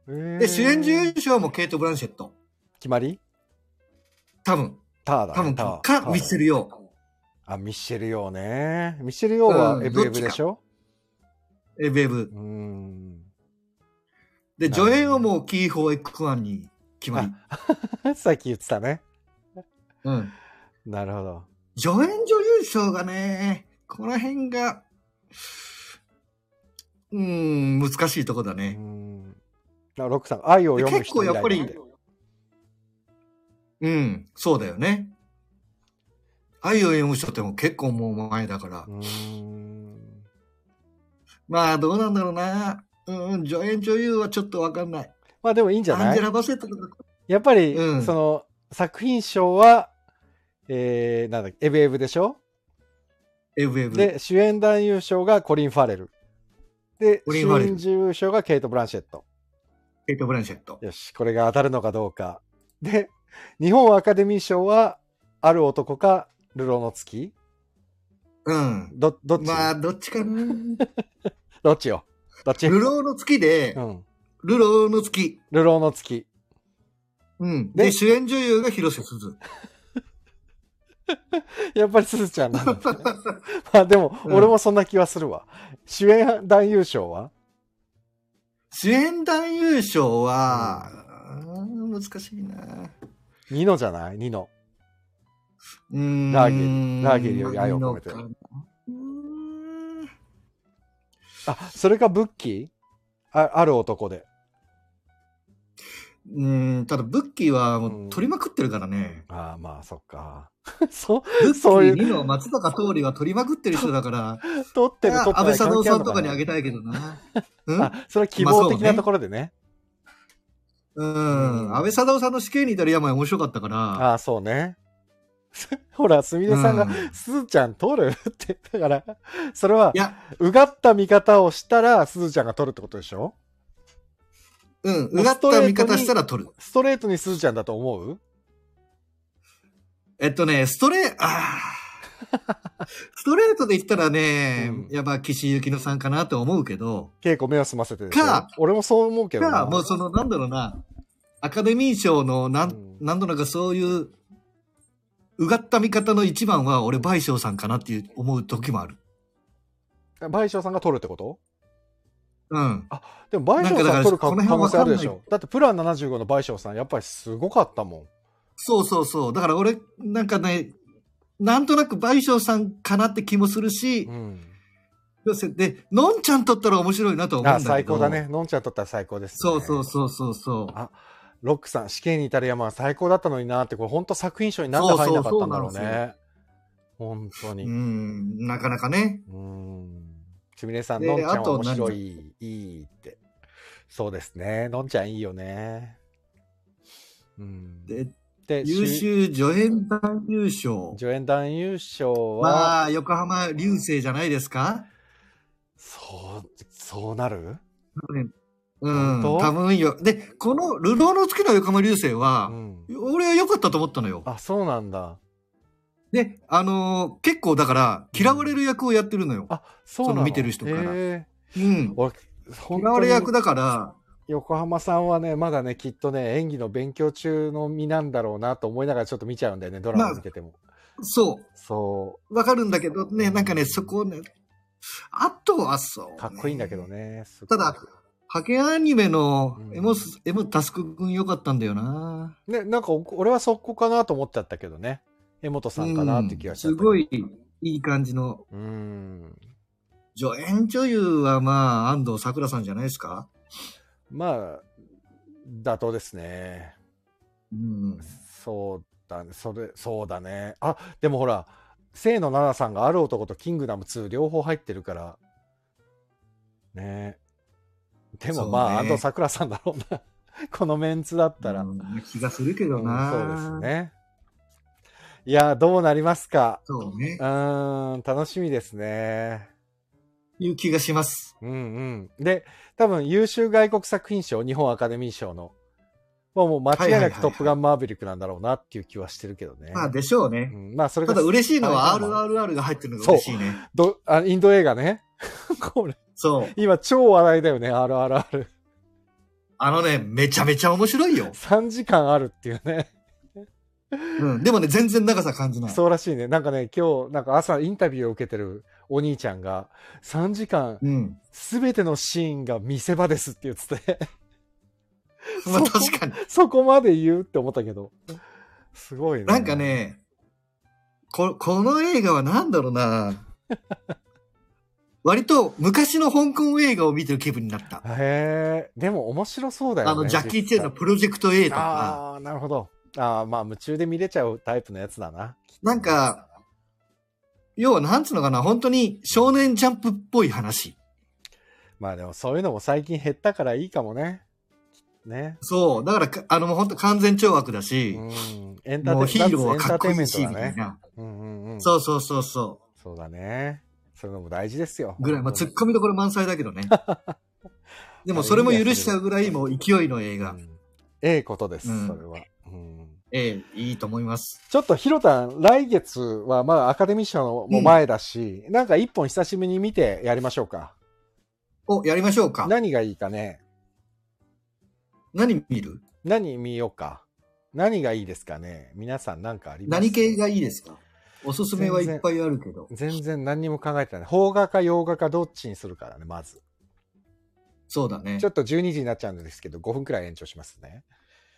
Speaker 1: う。えー
Speaker 2: で、主演女優賞はもうケイト・ブランシェット。
Speaker 1: 決まり
Speaker 2: 多分、
Speaker 1: ターだね。
Speaker 2: 多分、
Speaker 1: ター
Speaker 2: か
Speaker 1: タ、ー
Speaker 2: ミッシェル・ヨ
Speaker 1: あ、ミッシェルよね。ミッシェルよは
Speaker 2: うん
Speaker 1: エブエブでしょ
Speaker 2: ー、エブエブ
Speaker 1: う。ーん。
Speaker 2: で、
Speaker 1: なるほど
Speaker 2: 助演はもうキーホー・エックワンに決まり。
Speaker 1: さっき言ってたね。
Speaker 2: うん。
Speaker 1: なるほど。
Speaker 2: 助演女優賞がね、この辺が、うーん、難しいとこだ
Speaker 1: うー
Speaker 2: ね。
Speaker 1: ん。あロックさん、愛を読む
Speaker 2: 結
Speaker 1: 人
Speaker 2: 構
Speaker 1: 未
Speaker 2: や
Speaker 1: 来
Speaker 2: っぱ
Speaker 1: だ
Speaker 2: り
Speaker 1: て、
Speaker 2: うん、そうだよね。愛を読む人ってもう結構もう前だから。
Speaker 1: うーん。
Speaker 2: まあ、どうなんだろうな。うん、助演女優はちょっとわかんない。
Speaker 1: まあでもいいんじゃ
Speaker 2: アン
Speaker 1: な
Speaker 2: ジェ
Speaker 1: い
Speaker 2: ラ・バセットとか。
Speaker 1: やっぱり、
Speaker 2: うん
Speaker 1: その、作品賞は、えー、なんだっけ、エブエブでしょ
Speaker 2: エブエブ。
Speaker 1: で、主演男優賞がコリン・ファレル。で、
Speaker 2: コ
Speaker 1: 主
Speaker 2: リンファレル
Speaker 1: 演女優賞がケイト・ブランシェット。
Speaker 2: ケイト・ブランシェット。
Speaker 1: よし、これが当たるのかどうか。で、日本アカデミー賞は、ある男か、流浪の月
Speaker 2: うん。
Speaker 1: ど、どっち、
Speaker 2: まあ、どっちかな。
Speaker 1: どっちよどっち
Speaker 2: 流浪の月で
Speaker 1: う、ん。
Speaker 2: 流浪の月。
Speaker 1: 流浪の月。
Speaker 2: うん。
Speaker 1: で
Speaker 2: で、主演女優が広瀬すず。
Speaker 1: やっぱりすずちゃんなんだ ね、まあでも、
Speaker 2: うん
Speaker 1: 俺もそんな気はするわ。主演男優賞は
Speaker 2: 主演男優賞は、うん難しいな。
Speaker 1: ニノじゃないニノ。
Speaker 2: うーん。
Speaker 1: ラーゲリラーゲリより愛を込めて
Speaker 2: いいのかなうーん
Speaker 1: あ、それかブッキーあある男で。
Speaker 2: うん、ただ、ブッキーは
Speaker 1: う
Speaker 2: も
Speaker 1: ん
Speaker 2: う取りまくってるからね。
Speaker 1: ああ、まあ、そっか。 そ
Speaker 2: ブ
Speaker 1: う、
Speaker 2: ッキ
Speaker 1: そう
Speaker 2: ー
Speaker 1: いう、
Speaker 2: 2の松坂桃李は取りまくってる人だから、
Speaker 1: 撮ってる、撮ってない
Speaker 2: 安倍佐藤さ
Speaker 1: 関
Speaker 2: ん
Speaker 1: 係
Speaker 2: と
Speaker 1: ある
Speaker 2: かに
Speaker 1: の
Speaker 2: あげたいけどな。う ん
Speaker 1: あ、それは希望的
Speaker 2: まあそう
Speaker 1: な
Speaker 2: ね
Speaker 1: ところでね。
Speaker 2: うん、安倍佐藤さんの死刑に至る病は面白かったから、
Speaker 1: ああ、そうね。 ほら、すみれさんが、
Speaker 2: うん、
Speaker 1: すずちゃん撮るって、 だから、それはい
Speaker 2: や、
Speaker 1: うがった見方をしたら、すずちゃんが撮るってことでしょ
Speaker 2: うん、うがった見方したら取る。
Speaker 1: ストレートにすずちゃんだと思う
Speaker 2: えっとね、ストレー、あ ーストレートで言ったらね、
Speaker 1: うん
Speaker 2: やっぱ岸井ゆきのさんかなと思うけど、
Speaker 1: 結構目を澄ませてでしょ
Speaker 2: か
Speaker 1: 俺もそう思うけどな。
Speaker 2: が、もうその、なんだろうな、アカデミー賞の、なん、
Speaker 1: うん
Speaker 2: なんとなくそういう、うがった見方の一番は、俺、倍賞さんかなっていう思う時もある。
Speaker 1: 賠償さんが撮るってこと
Speaker 2: うん。
Speaker 1: でも賠
Speaker 2: なんか
Speaker 1: 償
Speaker 2: だか
Speaker 1: さん
Speaker 2: ら
Speaker 1: 撮るか
Speaker 2: この辺
Speaker 1: 可能性あるでし
Speaker 2: わ
Speaker 1: ょだってプラン75の賠償さん、やっぱりすごかったもん。
Speaker 2: そうそうそう。だから俺、なんかね、なんとなく倍賞さんかなって気もするし
Speaker 1: う、ん。
Speaker 2: で、のんちゃん撮ったら面白いなと思
Speaker 1: あ
Speaker 2: うんだけど。
Speaker 1: 最高だね。。のんちゃん撮ったら最高です、ね。
Speaker 2: そうそうそうそうそう。
Speaker 1: あロックさん、死刑に至る山は最高だったのになって、これ本当作品賞になんで入んなかったんだろう
Speaker 2: そうそうそうなん
Speaker 1: ね。本当
Speaker 2: う
Speaker 1: に。
Speaker 2: ん、なかなかね。
Speaker 1: うん。すみれさん、
Speaker 2: で
Speaker 1: のんちゃん
Speaker 2: あ
Speaker 1: は
Speaker 2: と
Speaker 1: 面白い、いいって。そうですね。のんちゃんいいよね。うん。
Speaker 2: で、
Speaker 1: で
Speaker 2: 優
Speaker 1: 主
Speaker 2: 秀助演男優賞。
Speaker 1: 助演男優賞は、
Speaker 2: まあ、横浜流星じゃないですか
Speaker 1: そう、そうなる
Speaker 2: う
Speaker 1: 本
Speaker 2: ん、
Speaker 1: 当
Speaker 2: 多分よ。で、この、ルローの月の横浜流星
Speaker 1: う
Speaker 2: は、
Speaker 1: ん。
Speaker 2: 俺は良かったと思ったのよ。
Speaker 1: あ、そうなんだ。
Speaker 2: で、あのー結構だから、嫌われる役をやってるのよ。
Speaker 1: あ、そうな
Speaker 2: その見てる人から
Speaker 1: へ
Speaker 2: うん
Speaker 1: ー。俺、本
Speaker 2: 嫌
Speaker 1: 当
Speaker 2: われ
Speaker 1: に
Speaker 2: 役だから、
Speaker 1: 横浜さんはね、まだね、きっとね、演技の勉強中の身なんだろうなと思いながらちょっと見ちゃうんだよね、ドラマ見てても。
Speaker 2: そ、
Speaker 1: そう
Speaker 2: わかるんだけどね、なんかね、そこをね、あとはそう、
Speaker 1: う、かっこいいんだけど。ね。すご
Speaker 2: た
Speaker 1: い
Speaker 2: だ、派遣アニメの
Speaker 1: うん
Speaker 2: エモス、エモタスク君良かったんだよな。
Speaker 1: ね、なんかお俺はそこかなと思っちゃったけどね。江本さんかなって気がしちゃ
Speaker 2: う
Speaker 1: っ
Speaker 2: ん
Speaker 1: た、
Speaker 2: すごい。いい感じの。
Speaker 1: うん。
Speaker 2: 助演女優はまあ、安藤桜さんじゃないですか
Speaker 1: まあ、妥当ですね。
Speaker 2: うん。
Speaker 1: そうだね。それ、そうだね。あ、でもほら、清野奈々さんがある男とキングダム2両方入ってるから。ねえでもまあ、
Speaker 2: そう
Speaker 1: 安
Speaker 2: ね
Speaker 1: 藤桜さんだろうな。 このメンツだったら。
Speaker 2: うん気がするけどな、
Speaker 1: うんそうです。ね。いや、どうなりますか。
Speaker 2: そう
Speaker 1: う
Speaker 2: ね。
Speaker 1: ーん、楽しみですね。
Speaker 2: いう気がします。
Speaker 1: うんうん。で、多分優秀外国作品賞、日本アカデミー賞の、もうもう間違い
Speaker 2: はいは
Speaker 1: ない
Speaker 2: はいは
Speaker 1: く
Speaker 2: い
Speaker 1: トップガンマーヴェリックなんだろうなっていう気はしてるけどね。
Speaker 2: まあでしょう
Speaker 1: う
Speaker 2: ね。
Speaker 1: ん、まあそれ
Speaker 2: た
Speaker 1: が
Speaker 2: だ嬉しいのは
Speaker 1: はいはい
Speaker 2: RRR が入ってるのが嬉しいね。
Speaker 1: どあ、インド映画ね。 これ、
Speaker 2: そう。
Speaker 1: 今超話題だよね、RRR。
Speaker 2: あのね、めちゃめちゃ面白いよ。
Speaker 1: 3時間あるっていうね。
Speaker 2: うん。でもね、全然長さ感じない。
Speaker 1: そうらしいね。なんかね、今日、なんか朝インタビューを受けてるお兄ちゃんが、3時間
Speaker 2: うん。
Speaker 1: すべてのシーンが見せ場ですって言ってて、
Speaker 2: まあ
Speaker 1: そう
Speaker 2: 確かに。
Speaker 1: そこまで言うって思ったけど。すごいね。
Speaker 2: なんか。ね、ここの映画は何だろう な割と昔の香港映画を見てる気分になった。
Speaker 1: へえ、でも面白そうだよね。
Speaker 2: あの、ジャッキー・チェンのプ
Speaker 1: ロ
Speaker 2: ロジェクト A とか、
Speaker 1: ああー、なるほど。ああ、まあ夢中で見れちゃうタイプのやつだな。
Speaker 2: なんか、要はなんつうのかな、本当に少年ジャンプっぽい話。
Speaker 1: まあでもそういうのも最近減ったからいいかもね。ね。
Speaker 2: そう、だからか、あの、もう本当完全懲悪だ
Speaker 1: う
Speaker 2: し、
Speaker 1: ん。エンターテインメン
Speaker 2: も
Speaker 1: ト
Speaker 2: うヒーローは
Speaker 1: エン
Speaker 2: か
Speaker 1: タ
Speaker 2: っ
Speaker 1: ー
Speaker 2: こ
Speaker 1: テイン
Speaker 2: い
Speaker 1: メ
Speaker 2: い
Speaker 1: ント
Speaker 2: し、
Speaker 1: だ
Speaker 2: みたい
Speaker 1: ね。
Speaker 2: な。
Speaker 1: うんうんうん。
Speaker 2: そうそうそうそ
Speaker 1: そうだね。そういうのも大事ですよ。
Speaker 2: う。ぐらい、まあ、突
Speaker 1: 本
Speaker 2: っ込みどころ満載だけ どね。でも、それも許しちゃうぐらい、もう勢いの映
Speaker 1: 当
Speaker 2: 画
Speaker 1: に。うんええことです、
Speaker 2: うん
Speaker 1: それは。うん
Speaker 2: ええ、いいと思います。
Speaker 1: ちょっとひろたん、来月はまあアカデミー賞も前だし、なんか一本久しぶりに見てやりましょうか。
Speaker 2: お、やりましょうか。
Speaker 1: 何がいいかね。
Speaker 2: 何見る
Speaker 1: 何見ようか。何がいいですかね。皆さん何かあります
Speaker 2: 何系がいいですかおすすめはいっぱいあるけど。
Speaker 1: 全然何にも考えてない。邦画か洋画かどっちにするからね、まず。
Speaker 2: そうだね
Speaker 1: ちょ。っと12時になっちゃうんですけど、5分くらい延長しますね。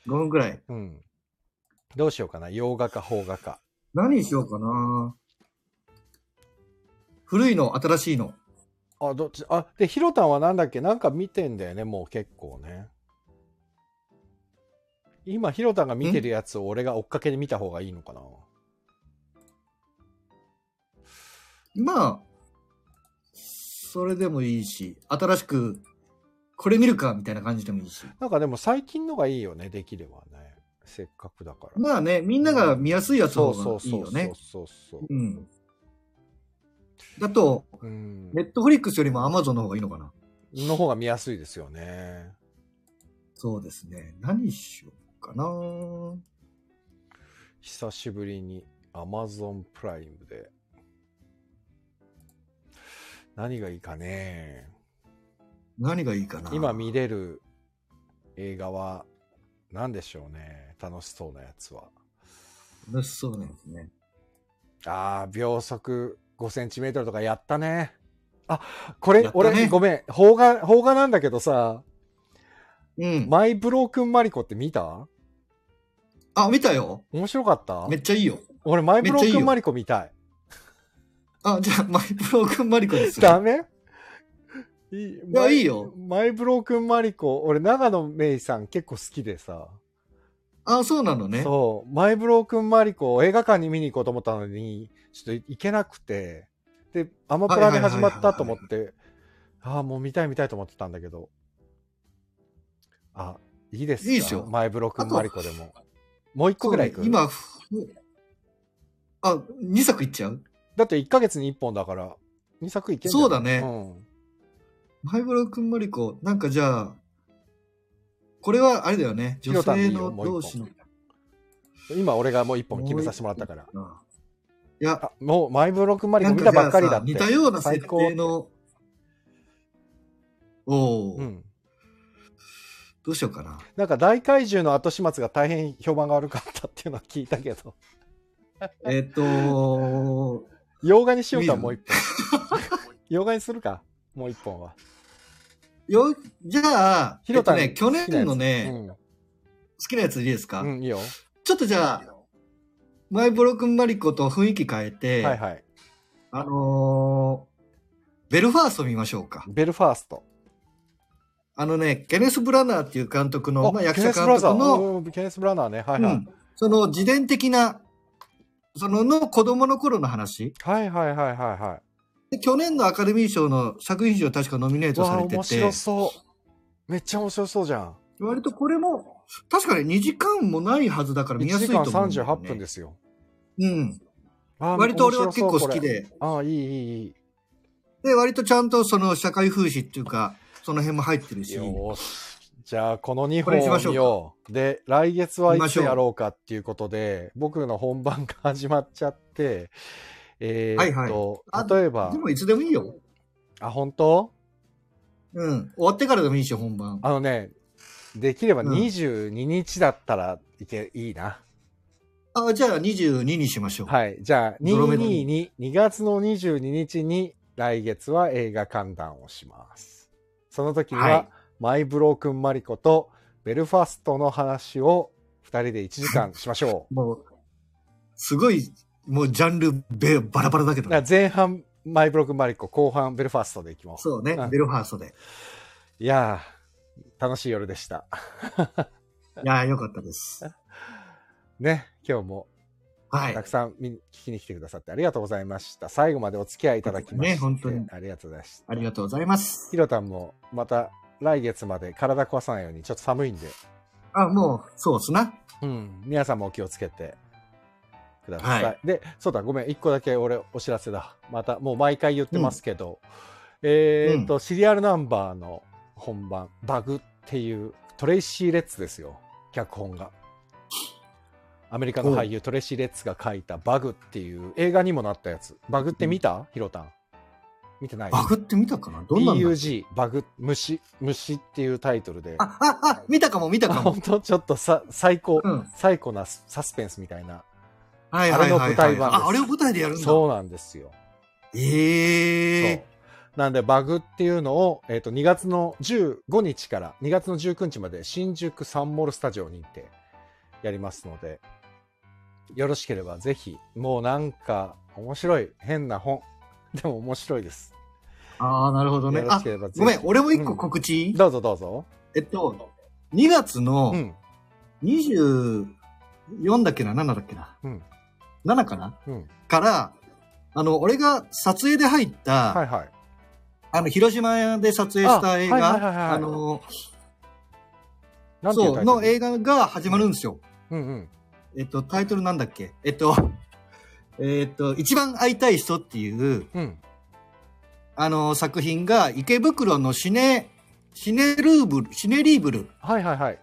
Speaker 2: 5分くらい。
Speaker 1: うん。どうしようかな。洋画か邦画か。
Speaker 2: 何にしようかな古いの、新しいの。
Speaker 1: あ、どっち、あ、で、ひろたんはなんだっけなんか見てんだよね、もう結構ね。今、ヒロタが見てるやつを俺が追っかけで見た方がいいのかな
Speaker 2: まあ、それでもいいし、新しく、これ見るかみたいな感じでもいいし。
Speaker 1: なんかでも最近のがいいよね、できればね。せっかくだから。
Speaker 2: まあね、みんなが見やすいやつ
Speaker 1: そ
Speaker 2: の
Speaker 1: う
Speaker 2: 方
Speaker 1: そう
Speaker 2: がいい
Speaker 1: そ
Speaker 2: よ
Speaker 1: う
Speaker 2: ね。
Speaker 1: そうそう。
Speaker 2: うん。だと、
Speaker 1: うん
Speaker 2: ネ。ットフリックスよりもアマゾンの方がいいのかな。
Speaker 1: の方が見やすいですよね。
Speaker 2: そうですね。何しようかな。う
Speaker 1: 久しぶりに Amazon プライムで。何がいいかね。
Speaker 2: 何がいいかな。
Speaker 1: 今見れる映画は何でしょうね。楽しそうなやつは。
Speaker 2: 楽しそうなんですね。
Speaker 1: ああ、秒速5センチメートルとかやったね。あ、これ、
Speaker 2: やったね
Speaker 1: 俺、ごめん。邦画、邦画なんだけどさ、
Speaker 2: うん。
Speaker 1: マイブロークンマリコって見た
Speaker 2: あ、見たよ。
Speaker 1: 面白かった
Speaker 2: めっちゃいいよ。
Speaker 1: 俺、マイブロ
Speaker 2: めっ
Speaker 1: ー
Speaker 2: ち
Speaker 1: ク
Speaker 2: ゃいい
Speaker 1: ン
Speaker 2: よ
Speaker 1: マリコ見たい。
Speaker 2: あ、じゃあ、マイブロークンマリコです。
Speaker 1: ダメいいい
Speaker 2: やいいよ
Speaker 1: マイブロークンマリコ、俺、長野めいさん結構好きでさ、
Speaker 2: あ、そうなのね。
Speaker 1: そう、マイブロークンマリコを映画館に見に行こうと思ったのに、ちょっと行けなくて、で、アマプラで始まったと思って、ああ、もう見たい見たいと思ってたんだけど、あ、いいですか
Speaker 2: いいっしょ
Speaker 1: マイブロークンマリコでも。もう一個ぐらい行く、
Speaker 2: 今、ふあ、2作いっちゃう
Speaker 1: だって1ヶ月に1本だから、2作いけんじゃん
Speaker 2: そうだね
Speaker 1: うん。
Speaker 2: マイブロー君マリコ、なんかじゃあ、これはあれだよね。
Speaker 1: ひろ
Speaker 2: 女
Speaker 1: たんでい
Speaker 2: 性
Speaker 1: いよ
Speaker 2: の
Speaker 1: もう一本
Speaker 2: 同士の。
Speaker 1: 今俺がもう1本決めさせてもらったから。
Speaker 2: あいや、
Speaker 1: あもうマイブロックマリ
Speaker 2: な
Speaker 1: コ
Speaker 2: ん
Speaker 1: 見
Speaker 2: か
Speaker 1: たばっかりだ
Speaker 2: じゃあさ
Speaker 1: って。
Speaker 2: 似たような設
Speaker 1: 最高
Speaker 2: 定の。おお、
Speaker 1: うん。
Speaker 2: どうしようかな。
Speaker 1: なんか大怪獣の後始末が大変評判が悪かったっていうのは聞いたけど、
Speaker 2: えっ、と
Speaker 1: 洋画にしようか、
Speaker 2: 見る
Speaker 1: もう一本。洋画にするか、もう一本は。
Speaker 2: よ、じゃあ、
Speaker 1: ひろたん
Speaker 2: えっとね、去年のね、好きなやついいですか、
Speaker 1: うん、うん、いいよ。
Speaker 2: ちょっとじゃあ、マイブロー君マリコと雰囲気変えて、
Speaker 1: はいはい。
Speaker 2: あのーベルファースト見ましょうか。
Speaker 1: ベルファースト。
Speaker 2: あのね、ケネス・ブラナーっていう監督の、まあ、役
Speaker 1: ケ
Speaker 2: 者
Speaker 1: ネス・
Speaker 2: 監
Speaker 1: ブラザ
Speaker 2: 督
Speaker 1: ー。
Speaker 2: の、
Speaker 1: うんケネス・ブラナーね。はいうはい。
Speaker 2: ん、その自伝的な、そのの子供の頃の話。
Speaker 1: はいはいはいはいは
Speaker 2: で去年のアカデミー賞の作品賞確かノミネー
Speaker 1: い。
Speaker 2: トさ
Speaker 1: わあ、
Speaker 2: れて
Speaker 1: 面
Speaker 2: て
Speaker 1: 白、そう。めっちゃ面白そうじゃん。
Speaker 2: 割とこれも、確かに2時間もないはずだから見や
Speaker 1: 1
Speaker 2: すい
Speaker 1: 時
Speaker 2: と思
Speaker 1: 間
Speaker 2: うんだよ、ね。
Speaker 1: 38分ですよ。
Speaker 2: うん。
Speaker 1: あー
Speaker 2: 割と俺は結構好。
Speaker 1: 面白そう
Speaker 2: き
Speaker 1: これ
Speaker 2: で、
Speaker 1: ああ、いいいいいい。
Speaker 2: で、割とちゃんとその社会風刺っていうか、その辺も入ってるし、
Speaker 1: よーし。じゃあ、この2
Speaker 2: これにし
Speaker 1: 本を
Speaker 2: ましょう
Speaker 1: 見よう。で、来月はい
Speaker 2: 見ま
Speaker 1: つ
Speaker 2: しょう
Speaker 1: やろうかっていうことで、僕の本番が始まっちゃって、え
Speaker 2: はい
Speaker 1: ー、
Speaker 2: は
Speaker 1: っ
Speaker 2: い
Speaker 1: と、
Speaker 2: あ
Speaker 1: 例えば
Speaker 2: で、もいつでもいいよ。
Speaker 1: あ、本当
Speaker 2: うん。終わってからでもいいし、本番。
Speaker 1: あのね、できれば
Speaker 2: うん
Speaker 1: 22日だったらいけ、いいな。
Speaker 2: あ、じゃあ22にしましょう。
Speaker 1: はい。じゃあ、
Speaker 2: ドロメド
Speaker 1: 222、2月の22日に、来月は映画観覧をします。その時には、
Speaker 2: はい
Speaker 1: マイブロークンマリコとベルファストの話を2人で1時間しましょう。
Speaker 2: もう、すごい、もうジャンルべバラバラだけど
Speaker 1: だ
Speaker 2: ね、
Speaker 1: から前半マイブロックマリコ後半ベルファーストでいきます
Speaker 2: そうね
Speaker 1: うん、
Speaker 2: ベルファーストで。
Speaker 1: いやー楽しい夜でした
Speaker 2: いやー、よかっ たです。
Speaker 1: ね今日も
Speaker 2: はい
Speaker 1: た。くさん見聞きに来てくださってありがとうございました最後までお付き合いいただきまして、
Speaker 2: ね本当に
Speaker 1: ありがとうございました
Speaker 2: ありがとうございます。
Speaker 1: ひろたんもまた来月まで体壊さないようにちょっと寒いんで
Speaker 2: あ、もう、そうっすな。
Speaker 1: うん皆さんもお気をつけてください、
Speaker 2: は
Speaker 1: でそうだごめん一個だけ俺お知らせだまたもう毎回言ってますけど、えーっと、シリアルナンバーの本番「バグ」っていうトレイシー・レッツですよ脚本がアメリカの俳優トレイシー・レッツが書いた「バグ」っていう映画にもなったやつバグって見た、ヒロタン見てない
Speaker 2: バグって見たかなどんなんだ
Speaker 1: BUG バグ虫虫っていうタイトルで
Speaker 2: あ、あ、あ、見たかも、見た
Speaker 1: あ
Speaker 2: かも
Speaker 1: 本。当ちょっとさ最高、
Speaker 2: うん。
Speaker 1: 最高なササスペンスみたいな
Speaker 2: はいはいはい、は
Speaker 1: あれの舞台
Speaker 2: い。
Speaker 1: 版です
Speaker 2: あ、あれを舞台でやるんだ。
Speaker 1: そうなんですよ
Speaker 2: え
Speaker 1: そう
Speaker 2: え
Speaker 1: なんでバグっていうのを、えー、と2月の15日から2月の19日まで新宿サンモールスタジオに行ってやりますのでよろしければぜひもうなんか面白い変な本でも面白いです、
Speaker 2: ああ、なるほどね
Speaker 1: よ。ろ
Speaker 2: あ
Speaker 1: しけ、ればぜひ
Speaker 2: ごめん、俺も一個
Speaker 1: うん
Speaker 2: 告知、
Speaker 1: どうぞどうぞ
Speaker 2: えっと、2月の
Speaker 1: うん
Speaker 2: 24だっけな ?7 だっけな
Speaker 1: うん。
Speaker 2: ?7 かな
Speaker 1: うん。
Speaker 2: から、あの、俺が撮影で入った、
Speaker 1: はいはい。
Speaker 2: あの、広島で撮影した映
Speaker 1: あはいはいはいはい
Speaker 2: 画、あの、
Speaker 1: なんていう
Speaker 2: そう、の映
Speaker 1: 画。
Speaker 2: 画が始まるんですよ。
Speaker 1: うんうん。
Speaker 2: えっと、タイトルなんだっけえっと、 えっと、一番会いたい人っていう、
Speaker 1: うん。
Speaker 2: あの、作品が池袋のシネ、シネルーブル、シネリーブル
Speaker 1: はいはいはい。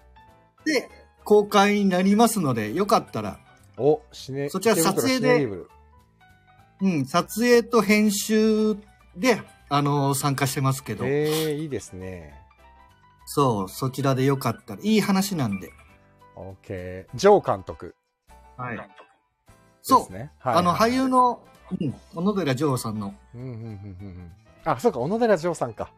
Speaker 2: で公開になりますので、よかったら、
Speaker 1: お、シネ、
Speaker 2: そちら撮影で
Speaker 1: 池袋シネリーブル
Speaker 2: うん、撮影と編集で、あの、参加してますけど、
Speaker 1: えー、いいですね。
Speaker 2: そう、そちらでよかったら、いい話なんで。
Speaker 1: オッケー。ジョー監督
Speaker 2: はい。
Speaker 1: で
Speaker 2: そう、
Speaker 1: すね。
Speaker 2: あの、俳優。の、うん、小野寺丈さんの、
Speaker 1: うんうんうんうんうん。あ、そうか、小野寺ジョーさんか。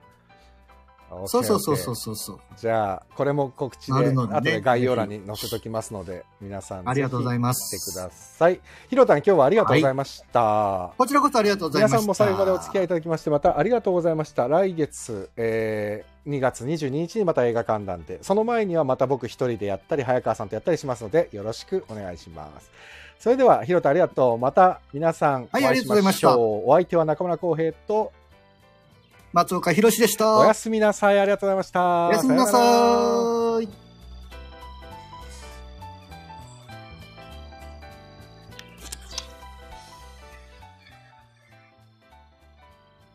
Speaker 1: オッケー
Speaker 2: そうそうそうそ
Speaker 1: オ
Speaker 2: う
Speaker 1: ッケ
Speaker 2: そうそう、
Speaker 1: ーじゃあ、これも告知で、
Speaker 2: なるのでね
Speaker 1: 後で概要欄に載せときますので、皆さん、
Speaker 2: ありがとうございま
Speaker 1: ぜひ来てく
Speaker 2: す
Speaker 1: だ。さい。ひろたん、今日はありがとうございました。
Speaker 2: こちらこそありがとうござい
Speaker 1: 皆
Speaker 2: ました。
Speaker 1: さんも最後までお付き合いいただきましてまたありがとうございました来月、えー2月22日にまた映画観覧でその前にはまた僕一人でやったり早川さんとやったりしますのでよろしくお願いしますそれではひろたありがとうまた皆さんお
Speaker 2: はい
Speaker 1: 会いしましょう,、
Speaker 2: ありがとうございました
Speaker 1: お相手は中村浩平と
Speaker 2: 松岡弘でした。
Speaker 1: おやすみなさいありがとうございました
Speaker 2: おやすみ
Speaker 1: よ
Speaker 2: な
Speaker 1: うら
Speaker 2: さい。